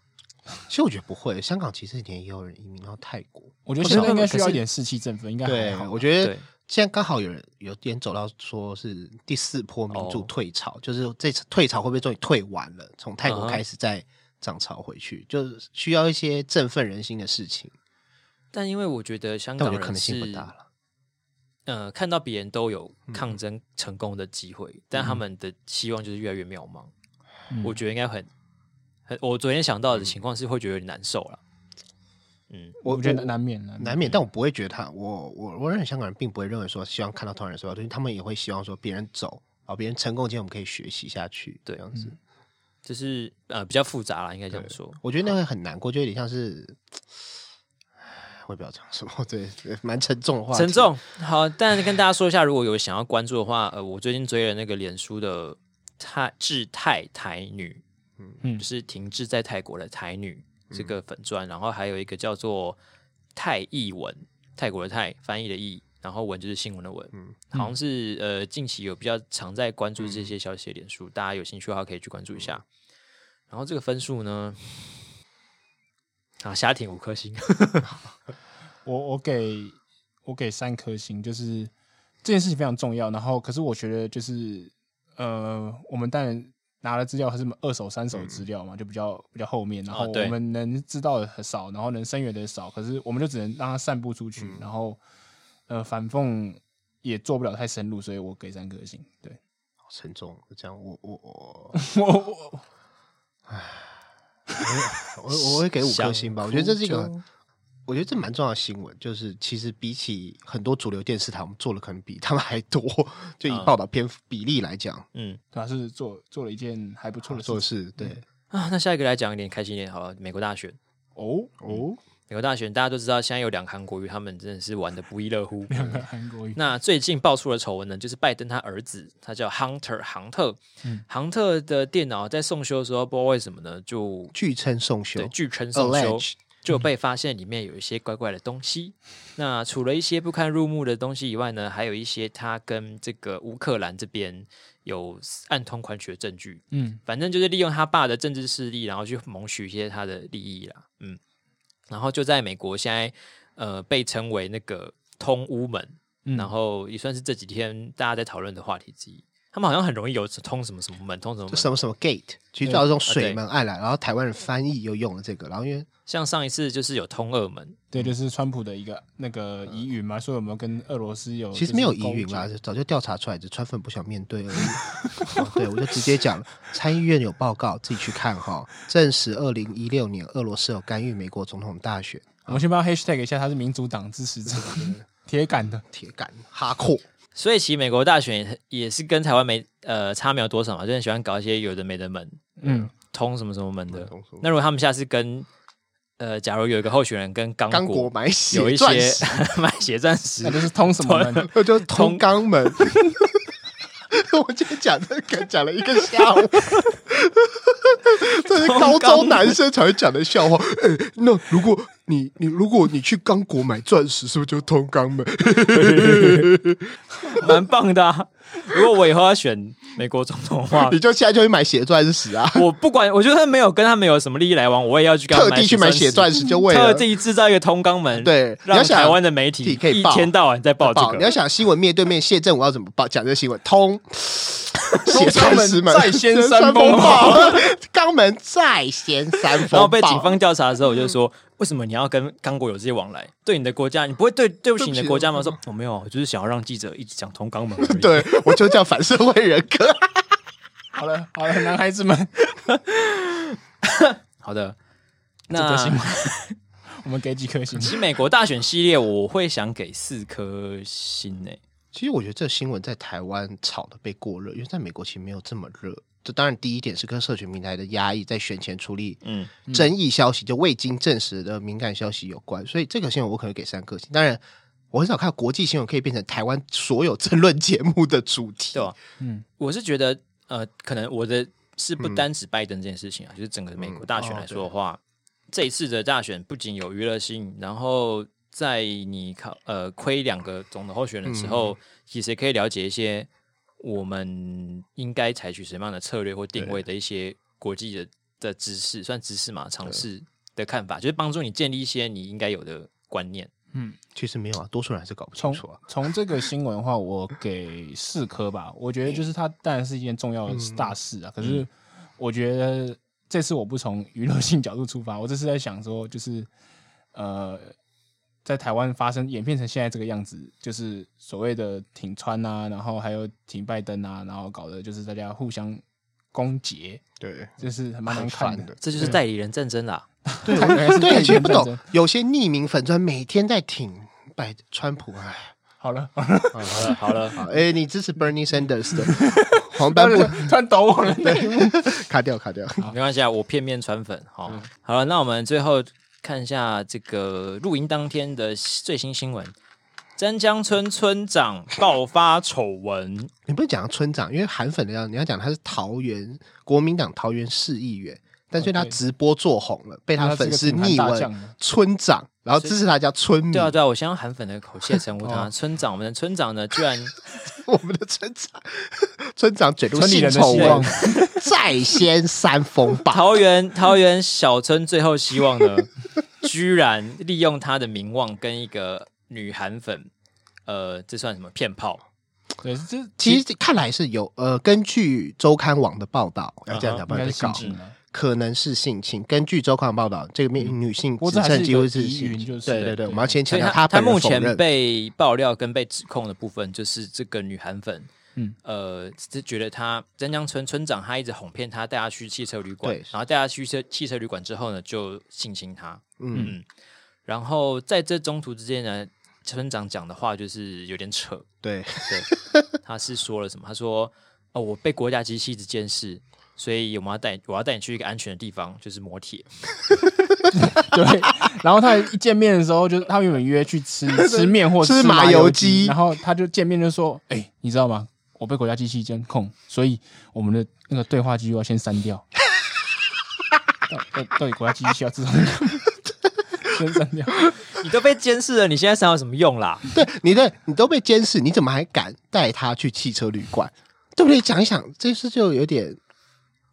[SPEAKER 3] 其实我觉得不会，香港其实以前也有人移民到泰国，
[SPEAKER 2] 我觉得
[SPEAKER 1] 不是
[SPEAKER 2] 现在应
[SPEAKER 1] 那
[SPEAKER 2] 该
[SPEAKER 1] 个
[SPEAKER 2] 需
[SPEAKER 1] 可
[SPEAKER 2] 要
[SPEAKER 1] 是
[SPEAKER 2] 一点士气振奋，应该还
[SPEAKER 3] 对
[SPEAKER 2] 好，吧。
[SPEAKER 3] 我觉
[SPEAKER 1] 对
[SPEAKER 3] 得，现在刚好有人有点走到说是第四波民主
[SPEAKER 1] 哦
[SPEAKER 3] 退潮，就是这次退潮会不会终于退完了？从泰
[SPEAKER 1] 嗯
[SPEAKER 3] 国
[SPEAKER 1] 哼
[SPEAKER 3] 开始再涨潮回去，就是需要一些振奋人心的事情，
[SPEAKER 1] 但因为我觉得香
[SPEAKER 3] 但我
[SPEAKER 1] 港
[SPEAKER 3] 觉得可
[SPEAKER 1] 人
[SPEAKER 3] 能性
[SPEAKER 1] 是
[SPEAKER 3] 不大嗯了。
[SPEAKER 1] 呃看到别人都有抗争成功的机会，但
[SPEAKER 3] 嗯
[SPEAKER 1] 他们的希望就是越来越渺茫。
[SPEAKER 2] 嗯
[SPEAKER 1] 我觉得应该很很，我昨天想
[SPEAKER 3] 嗯
[SPEAKER 1] 到的情况是会觉得有点难受了。嗯，
[SPEAKER 2] 我觉得
[SPEAKER 3] 难
[SPEAKER 2] 难免难
[SPEAKER 3] 难免，但我不会觉得他，我我我认为香港人并不会认为说希望看到台湾人受到，就是他们也会希望说别人走啊，别人成功，今天我们可以学习下去，
[SPEAKER 1] 对嗯
[SPEAKER 3] 这样子。
[SPEAKER 1] 就是呃比较复杂啦，应该这样说。
[SPEAKER 3] 我觉得那会很难过，就有点像是，唉我也不知道讲什么， 对，对蛮沉重的话，
[SPEAKER 1] 沉。重，好，但跟大家说一下，如果有想要关注的话，呃，我最近追了那个脸书的泰致泰台女，嗯，
[SPEAKER 2] 嗯
[SPEAKER 1] 就是停滞在泰国的台女
[SPEAKER 3] 嗯
[SPEAKER 1] 这个粉砖，然后还有一个叫做泰译文，泰国的泰翻译的译，然后文就是新闻的文，嗯，好像是呃近期有比较常在关注
[SPEAKER 3] 嗯
[SPEAKER 1] 这些消息的脸书，大家有兴趣的话可以去关注一下。然后这个分数呢，啊，瞎挺五颗星，
[SPEAKER 2] 我我给我给三颗星，就是这件事情非常重要。然后，可是我觉得就是呃，我们当然拿了资料还是二手、三手资料嘛，就比较比较后面。然后
[SPEAKER 1] 对
[SPEAKER 2] 我们能知道的很少，然后能声援的也少，可是我们就只能让它散布出去。然后呃，反讽也做不了太深入，所以我给三颗星。对
[SPEAKER 3] 好沉重，这样我我 我
[SPEAKER 2] 我我
[SPEAKER 3] 我我我会给五颗
[SPEAKER 1] 想
[SPEAKER 3] 星吧，我觉得这是一个
[SPEAKER 1] 哭中，
[SPEAKER 3] 我觉得这蛮重要的新闻，就是其实比起很多主流电视台，我们做的可能比他们还多， 就以报道篇幅比例来讲，
[SPEAKER 1] 嗯。
[SPEAKER 2] 他啊是做做了一件还不错的事
[SPEAKER 3] 做
[SPEAKER 2] 情
[SPEAKER 3] 的是对
[SPEAKER 1] 啊，那下一个来讲一点开心一点好了，美国大选。
[SPEAKER 2] 哦哦，
[SPEAKER 1] 美国大选大家都知道，现在有两个韩国瑜，他们真的是玩的不亦乐乎。
[SPEAKER 2] 嗯韩国语
[SPEAKER 1] 那最近爆出的丑闻呢，就是拜登他儿子，他叫 Hunter 杭特，杭特的电脑在送修的时候，不知道为什么呢，就
[SPEAKER 3] 据称送修
[SPEAKER 1] 对，据称送修
[SPEAKER 3] allege
[SPEAKER 1] 就被发现里面有一些怪怪的东西。那除了一些不堪入目的东西以外呢，还有一些他跟这个乌克兰这边有暗通款曲的证据。
[SPEAKER 2] 嗯
[SPEAKER 1] 反正就是利用他爸的政治势力，然后去谋取一些他的利益啦。嗯，然后就在美国现在呃被称为那个通乌门，
[SPEAKER 2] 嗯
[SPEAKER 1] 然后也算是这几天大家在讨论的话题之一。他们好像很容易有通什么什么门，通什么
[SPEAKER 3] 就
[SPEAKER 1] 门。
[SPEAKER 3] 什么什么 gate，其实主要是用
[SPEAKER 1] 啊
[SPEAKER 3] 水
[SPEAKER 1] 对
[SPEAKER 3] 门爱来，然后台湾人翻译又用了这个，然后因为
[SPEAKER 1] 像上一次就是有通二门，
[SPEAKER 3] 嗯
[SPEAKER 2] 对，就是川普的一个那个疑云嘛，说有没有跟俄罗斯有
[SPEAKER 3] 其实没有疑
[SPEAKER 2] 哦就是
[SPEAKER 3] 云
[SPEAKER 2] 勾结
[SPEAKER 3] 啦，早就调查出来，只是川粉不想面对而已。哦对，我就直接讲，参议院有报告，自己去看哈、证实二零一六年俄罗斯有干预美国总统大选，
[SPEAKER 2] 我们先帮他 hashtag 一下，他是民主党支持者，
[SPEAKER 3] 嗯
[SPEAKER 2] 铁杆 的。
[SPEAKER 3] 铁杆哈阔。
[SPEAKER 1] 所以其实美国大选也也是跟台湾没呃差没有多少嘛，就很喜欢搞一些有的没的门，呃
[SPEAKER 2] 嗯，
[SPEAKER 1] 通什么什么门的。那如果他们下次跟呃，假如有一个候选人跟刚
[SPEAKER 3] 刚
[SPEAKER 1] 果
[SPEAKER 3] 果买血
[SPEAKER 1] 有一
[SPEAKER 3] 钻
[SPEAKER 1] 些
[SPEAKER 3] 石
[SPEAKER 1] 买血钻石
[SPEAKER 2] 那，就是通什么 门？
[SPEAKER 3] 那就是通肛门。我今天讲这个讲了一个下午，这是高中男生才会讲的笑话。哎、那如果你你如果你去刚果买钻石，是不是就通肛门？
[SPEAKER 1] 蛮棒的、啊。如果我以后要选美国总统的话
[SPEAKER 3] 你，就现在就去买血钻石啊，
[SPEAKER 1] 我不管，我就算没有跟他们有什么利益来往，我也要去跟他
[SPEAKER 3] 特
[SPEAKER 1] 们
[SPEAKER 3] 地去买血钻
[SPEAKER 1] 石，
[SPEAKER 3] 石就为
[SPEAKER 1] 特
[SPEAKER 3] 了
[SPEAKER 1] 地制造一个通肛门，
[SPEAKER 3] 对你
[SPEAKER 1] 让
[SPEAKER 3] 要想
[SPEAKER 1] 台湾的媒体
[SPEAKER 3] 你可以
[SPEAKER 1] 一
[SPEAKER 3] 报
[SPEAKER 1] 天到晚在报这
[SPEAKER 3] 报。你要
[SPEAKER 1] 个。
[SPEAKER 3] 想新闻面对面，谢振武要怎么报讲这个新闻？ 通血钻石门
[SPEAKER 2] 在先山
[SPEAKER 3] 风
[SPEAKER 2] 风
[SPEAKER 3] 暴， 肛门在先山风暴，
[SPEAKER 1] 然后被警方调查的时候，我就说：为什么你要跟刚果有这些往来？对你的国家，你不会对对不起你的
[SPEAKER 3] 对不起嗯
[SPEAKER 1] 国家吗？说哦我没有，啊我就是想要让记者一直讲通肛门而已。
[SPEAKER 3] 对我就叫反社会人格。
[SPEAKER 2] 好了好了，男孩子们，
[SPEAKER 1] 好的，
[SPEAKER 2] 这则
[SPEAKER 1] 那
[SPEAKER 2] 新闻 我们给几颗星？
[SPEAKER 1] 其实美国大选系列，我会想给四颗星诶、
[SPEAKER 3] 其实我觉得这个新闻在台湾炒的被过热，因为在美国其实没有这么热。这当然第一点是跟社群平台的压抑在选前处理
[SPEAKER 1] 嗯，
[SPEAKER 3] 争议消息，就未经证实的敏感消息有关，所以这个新闻我可能给三颗星。当然，我很少看到国际新闻可以变成台湾所有争论节目的主题。
[SPEAKER 1] 对吧？
[SPEAKER 2] 嗯，
[SPEAKER 1] 我是觉得，呃，可能我的是不单指拜登这件事情啊，就是整个美国大选来说的话，这一次的大选不仅有娱乐性，然后在你考呃亏两个总统候选人之后，其实也可以了解一些我们应该采取什么样的策略或定位的一些国际的的知识，算知识嘛，尝试的看法，就是帮助你建立一些你应该有的观念。
[SPEAKER 3] 其实没有啊，多数人还是搞不清
[SPEAKER 2] 从
[SPEAKER 3] 楚啊。
[SPEAKER 2] 从这个新闻的话，我给四颗吧。我觉得就是它当然是一件重要的
[SPEAKER 3] 嗯
[SPEAKER 2] 大事啊，可是我觉得这次我不从娱乐性角度出发，我这是在想说，就是呃，在台湾发生演变成现在这个样子，就是所谓的挺川啊，然后还有挺拜登啊，然后搞的就是大家互相攻讦，
[SPEAKER 3] 对，
[SPEAKER 2] 就是很蛮难
[SPEAKER 3] 很
[SPEAKER 2] 看
[SPEAKER 3] 烦
[SPEAKER 2] 的
[SPEAKER 3] 的。。
[SPEAKER 1] 这就是代理人战争啦。
[SPEAKER 2] 对，我以为是
[SPEAKER 3] 对，
[SPEAKER 2] 代
[SPEAKER 3] 其实
[SPEAKER 2] 言
[SPEAKER 3] 不
[SPEAKER 2] 战
[SPEAKER 3] 懂
[SPEAKER 2] 争。，
[SPEAKER 3] 有些匿名粉砖每天在挺拜川普，哎，
[SPEAKER 2] 好了，
[SPEAKER 1] 好了 好了，
[SPEAKER 3] 好哎，你支持 Bernie Sanders 的黄
[SPEAKER 2] 不要
[SPEAKER 3] 斑部，
[SPEAKER 2] 突然抖我了。
[SPEAKER 3] 卡掉卡掉。
[SPEAKER 1] 没关系啊，我片面川粉。好，好了，那我们最后看一下这个露营当天的最新新闻：詹江村村长爆发丑闻，
[SPEAKER 3] 你不是讲村长，因为韩粉的样子，你要讲他是桃园国民党桃园市议员，但是因为他
[SPEAKER 2] 对
[SPEAKER 3] 直播做红了，被他
[SPEAKER 2] 哦他是
[SPEAKER 3] 粉
[SPEAKER 2] 个
[SPEAKER 3] 丝
[SPEAKER 2] 挺韩
[SPEAKER 3] 昵
[SPEAKER 2] 大将
[SPEAKER 3] 称
[SPEAKER 2] 的
[SPEAKER 3] 村长，然后支持他叫村民
[SPEAKER 1] 对。啊对啊，我先用韩粉的口气来称呼他村长。我们的村长呢，居然
[SPEAKER 3] 我们的村长，村长嘴露
[SPEAKER 2] 村里
[SPEAKER 3] 性
[SPEAKER 2] 人的
[SPEAKER 3] 丑
[SPEAKER 2] 希望
[SPEAKER 3] 闻， 再掀三风吧。
[SPEAKER 1] 桃园桃园小村最后希望呢， 居然利用他的名望跟一个女韩粉，呃，这算什么骗炮？
[SPEAKER 2] 对，这
[SPEAKER 3] 其实看来是有呃，根据周刊网的报道，要这样讲，不
[SPEAKER 2] 嗯应该是
[SPEAKER 3] 然被
[SPEAKER 2] 性
[SPEAKER 3] 告，
[SPEAKER 2] 侵了。
[SPEAKER 3] 可能是性侵。根据周刊网报道，这个面女性
[SPEAKER 2] 嗯不过
[SPEAKER 3] 指
[SPEAKER 2] 这还
[SPEAKER 3] 称
[SPEAKER 2] 是
[SPEAKER 3] 几
[SPEAKER 2] 一个
[SPEAKER 3] 乎是
[SPEAKER 2] 疑
[SPEAKER 3] 性
[SPEAKER 2] 云
[SPEAKER 3] 侵
[SPEAKER 2] 就是
[SPEAKER 3] 对对
[SPEAKER 2] 了
[SPEAKER 3] 对，我
[SPEAKER 2] 对
[SPEAKER 3] 们要先
[SPEAKER 1] 所
[SPEAKER 3] 强
[SPEAKER 1] 以
[SPEAKER 3] 调
[SPEAKER 1] 他
[SPEAKER 3] 本人
[SPEAKER 1] 目
[SPEAKER 3] 否
[SPEAKER 1] 前
[SPEAKER 3] 认。
[SPEAKER 1] 被爆料跟被指控的部分，就是这个女韩粉，
[SPEAKER 2] 嗯
[SPEAKER 1] 呃，是觉得他詹江村村长他一直哄骗他，带他去汽车旅馆
[SPEAKER 3] 对，
[SPEAKER 1] 然后带他去车汽车旅馆之后呢，就性侵他，
[SPEAKER 3] 嗯，
[SPEAKER 1] 然后在这中途之间呢，村长讲的话就是有点扯，
[SPEAKER 3] 对，
[SPEAKER 1] 对， 他是说了什么？他说：“哦，我被国家机器一直监视，所以我们要带我要带你去一个安全的地方，就是摩铁。
[SPEAKER 2] 对，然后他一见面的时候，就是他们原本约去 吃吃面或
[SPEAKER 3] 吃麻
[SPEAKER 2] 麻
[SPEAKER 3] 油鸡
[SPEAKER 2] 鸡，然后他就见面就说：“哎、你知道吗？我被国家机器监控，所以我们的那个对话记录要先删掉。 到”到到底国家机器要自动 先删掉？
[SPEAKER 1] 你都被监视了，你现在想有什么用啦？
[SPEAKER 3] 对，你对你都被监视，你怎么还敢带他去汽车旅馆？对不对？想一想，这事就有点。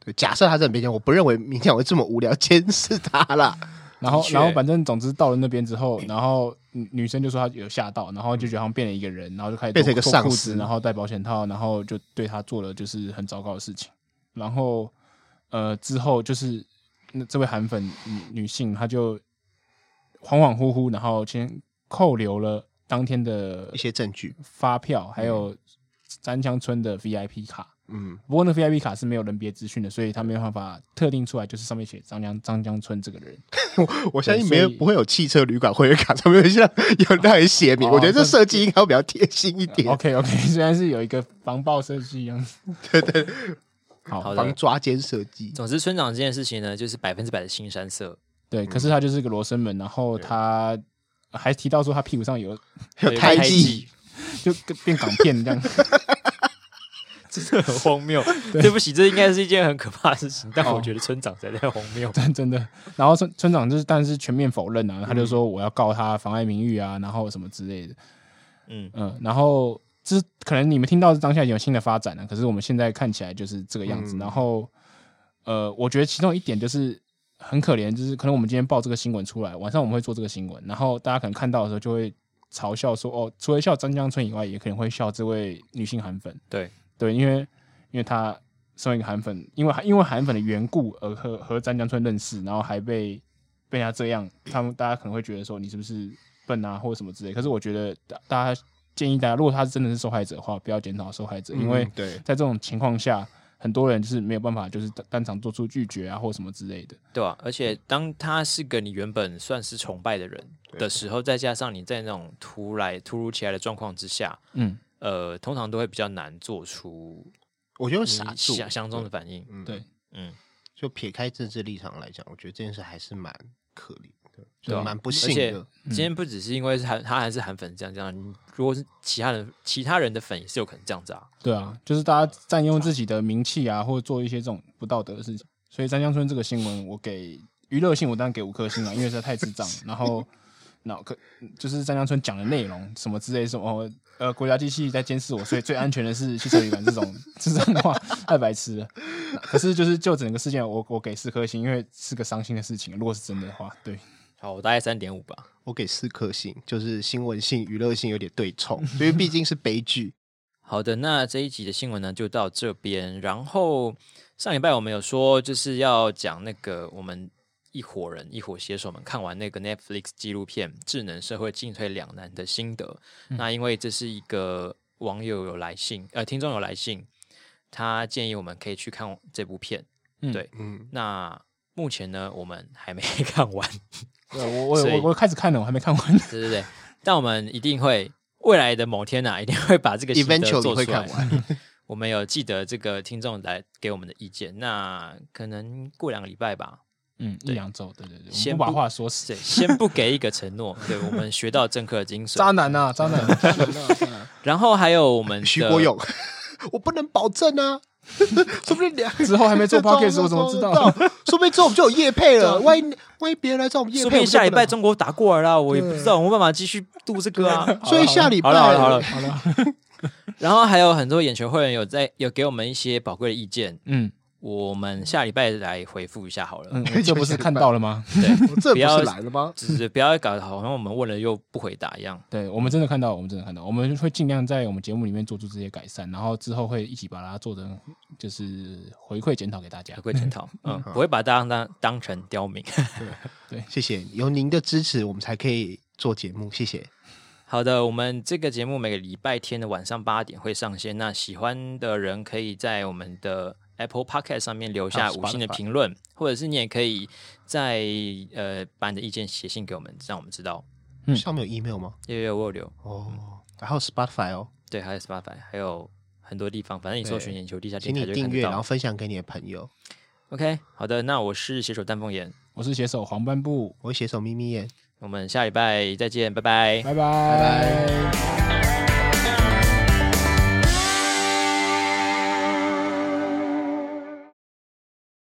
[SPEAKER 3] 对假设他真的被监，我不认为民进党会这么无聊 监视他啦。
[SPEAKER 2] 然后
[SPEAKER 1] 的，确
[SPEAKER 2] 然后反正总之到了那边之后，然后女女生就说她有吓到，然后就觉得好像变了一个人，然后就开始
[SPEAKER 3] 变成一个
[SPEAKER 2] 脱
[SPEAKER 3] 丧
[SPEAKER 2] 裤
[SPEAKER 3] 尸
[SPEAKER 2] 子，然后戴保险套，然后就对她做了就是很糟糕的事情。然后呃之后就是那这位韩粉女女性，她就恍恍惚惚，然后先扣留了当天的
[SPEAKER 3] 一些证据，
[SPEAKER 2] 发票，还有三江村的 VIP 卡。
[SPEAKER 3] 嗯，
[SPEAKER 2] 不过那 VIP 卡是没有人别资讯的，所以他没有办法特定出来，就是上面写张江张江村这个人。
[SPEAKER 3] 我相信
[SPEAKER 2] 对
[SPEAKER 3] 没有
[SPEAKER 2] 所以
[SPEAKER 3] 不会有汽车旅馆会员卡上面有 像有让人写明，
[SPEAKER 2] 哦
[SPEAKER 3] 我觉得这
[SPEAKER 2] 这
[SPEAKER 3] 设计应该会比较贴心一点，
[SPEAKER 2] OK OK，虽 然是有一个防爆设计一样，
[SPEAKER 1] 好
[SPEAKER 3] 防
[SPEAKER 1] 的。
[SPEAKER 3] 抓奸设计。
[SPEAKER 1] 总之，村长这件事情呢，就是百分之百的新山色，
[SPEAKER 3] 嗯
[SPEAKER 2] 对，可是他就是个罗生门，然后他还提到说他屁股上有
[SPEAKER 1] 有
[SPEAKER 3] 有胎 记，
[SPEAKER 2] 就变港片 这样，
[SPEAKER 1] 真的很荒谬。对哦不起，这应该是一件很可怕的事情，但我觉得村长才在荒谬。
[SPEAKER 2] 真真的。然后村村长就是但是全面否认啊，他就说我要告他妨碍名誉啊，然后什么之类的，
[SPEAKER 1] 嗯，
[SPEAKER 2] 嗯，然后这可能你们听到当下有新的发展了、啊可是我们现在看起来就是这个样子。
[SPEAKER 3] 嗯
[SPEAKER 2] 然后，呃，我觉得其中一点就是很可怜，就是可能我们今天报这个新闻出来，晚上我们会做这个新闻，然后大家可能看到的时候就会嘲笑说，哦，除了笑张江村以外，也可能会笑这位女性韩粉，
[SPEAKER 1] 对
[SPEAKER 2] 对，因为因为她身为一个韩粉，因为因为韩粉的缘故而和和张江村认识，然后还被被他这样，他们大家可能会觉得说你是不是笨啊，或者什么之类。可是我觉得大大家建议大家，如果他真的是受害者的话，不要检讨受害者，因为
[SPEAKER 3] 嗯对
[SPEAKER 2] 在这种情况下，很多人就是没有办法就是当当场做出拒绝啊，或什么之类的。
[SPEAKER 1] 对啊，而且当他是个你原本算是崇拜的人的时候，再加上你在那种突来突如其来的状况之下，
[SPEAKER 2] 嗯，
[SPEAKER 1] 呃，通常都会比较难做出
[SPEAKER 3] 我觉得会
[SPEAKER 1] 你
[SPEAKER 3] 傻
[SPEAKER 1] 嗯
[SPEAKER 3] 住，
[SPEAKER 1] 想象中的反应。
[SPEAKER 3] 嗯
[SPEAKER 2] 对，
[SPEAKER 1] 嗯，
[SPEAKER 3] 就撇开政治立场来讲，我觉得这件事还是蛮可怜的，
[SPEAKER 1] 对
[SPEAKER 3] 就
[SPEAKER 1] 啊
[SPEAKER 3] 蛮不
[SPEAKER 1] 而
[SPEAKER 3] 幸
[SPEAKER 1] 且
[SPEAKER 3] 的。
[SPEAKER 1] 今天不只是因为是韩，他还是韩粉这样这样，你如果是其他人其他人的粉也是有可能这样子啊。
[SPEAKER 2] 对啊，就是大家占用自己的名气啊，或者做一些这种不道德的事情。所以张江村这个新闻，我给娱乐性我当然给五颗星啊了，因为实在太智障了。然后脑壳就是张江村讲的内容什么之类什么。哦呃，国家机器在监视我，所以最安全的是汽车旅馆这种 智障的话，太白痴了。那可是就是就整个事件，我我给四颗星，因为是个伤心的事情。如果是真的话，对，
[SPEAKER 1] 好，我大概三点五吧。
[SPEAKER 3] 我给四颗星，就是新闻性、娱乐性有点对冲，因为毕竟是悲剧。
[SPEAKER 1] 好的，那这一集的新闻呢就到这边。然后上礼拜我们有说，就是要讲那个我们一伙人、一伙写手们看完那个 Netflix 纪录片《智能社会进退两难》的心得。那因为这是一个网友有来信，呃，听众有来信，他建议我们可以去看这部片。
[SPEAKER 2] 嗯
[SPEAKER 1] 对，
[SPEAKER 3] 嗯，
[SPEAKER 1] 那目前呢，我们还没 看完。
[SPEAKER 2] 对我我
[SPEAKER 1] 所以
[SPEAKER 2] 我我开始看了，我还没看完。
[SPEAKER 1] 对对对，但我们一定会未来的某天呐、一定会把这个心得
[SPEAKER 3] Eventually
[SPEAKER 1] 做出来
[SPEAKER 3] 会看完。
[SPEAKER 1] 我们有记得这个听众来给我们的意见，那可能过两个礼拜吧。
[SPEAKER 2] 嗯，一两周，对对对，我
[SPEAKER 1] 先
[SPEAKER 2] 们不把
[SPEAKER 1] 不
[SPEAKER 2] 话说死。
[SPEAKER 1] 对，先不给一个承诺。对我们学到政客的精
[SPEAKER 2] 渣
[SPEAKER 1] 髓，
[SPEAKER 2] 男呐，渣男， 渣男啊渣男啊
[SPEAKER 1] 然后还有我们的
[SPEAKER 3] 徐国，勇， 我不能保证啊， 说不定 两
[SPEAKER 2] 之后还 没做 podcast，我
[SPEAKER 3] 我
[SPEAKER 2] 怎么知道？
[SPEAKER 3] 道？说不定之后我们就有业配了，万一万一别人来找我们业
[SPEAKER 1] 啊说不
[SPEAKER 3] 配，
[SPEAKER 1] 定下礼拜
[SPEAKER 3] 中，
[SPEAKER 1] 中国打过来啦，我也不知道有没有办法继续录这个啊。
[SPEAKER 3] 所以下礼拜
[SPEAKER 1] 好了好了好了
[SPEAKER 2] 好了，
[SPEAKER 1] 然后还有很多眼球会员有在有给我们一些宝贵的意见，
[SPEAKER 2] 嗯
[SPEAKER 1] 我们下礼拜来回复一下好了。
[SPEAKER 2] 嗯，我这不是看到了吗？
[SPEAKER 1] 对，
[SPEAKER 3] 这
[SPEAKER 1] 不
[SPEAKER 3] 不
[SPEAKER 1] 要
[SPEAKER 3] 是来了吗？
[SPEAKER 1] 只是不要搞得好像我们问了又不回答一 样。
[SPEAKER 2] 对，我们真的看到了，我们真的看到了，我们会尽量在我们节目里面做出这些改善，然后之后会一起把它做成就是回馈检讨给大家
[SPEAKER 1] 回。归检讨，嗯，不会把大家当当成刁民。
[SPEAKER 3] 谢谢，有您的支持，我们才可以做节目，谢谢。
[SPEAKER 1] 好的，我们这个节目每个礼拜天的晚上八点会上线。那喜欢的人可以在我们的 Apple Podcast 上面留下
[SPEAKER 3] 啊
[SPEAKER 1] 五星的
[SPEAKER 3] Spotify
[SPEAKER 1] 评论，或者是你也可以在呃把你的意见写信给我们，让我们知道。
[SPEAKER 2] 嗯
[SPEAKER 3] 上面有 email 吗？
[SPEAKER 1] 有有我有留，
[SPEAKER 3] 哦，还有 Spotify 哦，
[SPEAKER 1] 对，还有 Spotify，还有很多地方，反正你搜寻“眼球地下电
[SPEAKER 3] 请
[SPEAKER 1] 台”就
[SPEAKER 3] 你
[SPEAKER 1] 看
[SPEAKER 3] 订
[SPEAKER 1] 得
[SPEAKER 3] 阅，然后
[SPEAKER 1] 到。
[SPEAKER 3] 分享给你的朋友。
[SPEAKER 1] OK，好的，那我是写手丹凤眼，
[SPEAKER 2] 我是写手黄斑布，
[SPEAKER 3] 我会写首咪咪耶。
[SPEAKER 1] 我们下礼拜再见，拜拜
[SPEAKER 2] 哎拜拜。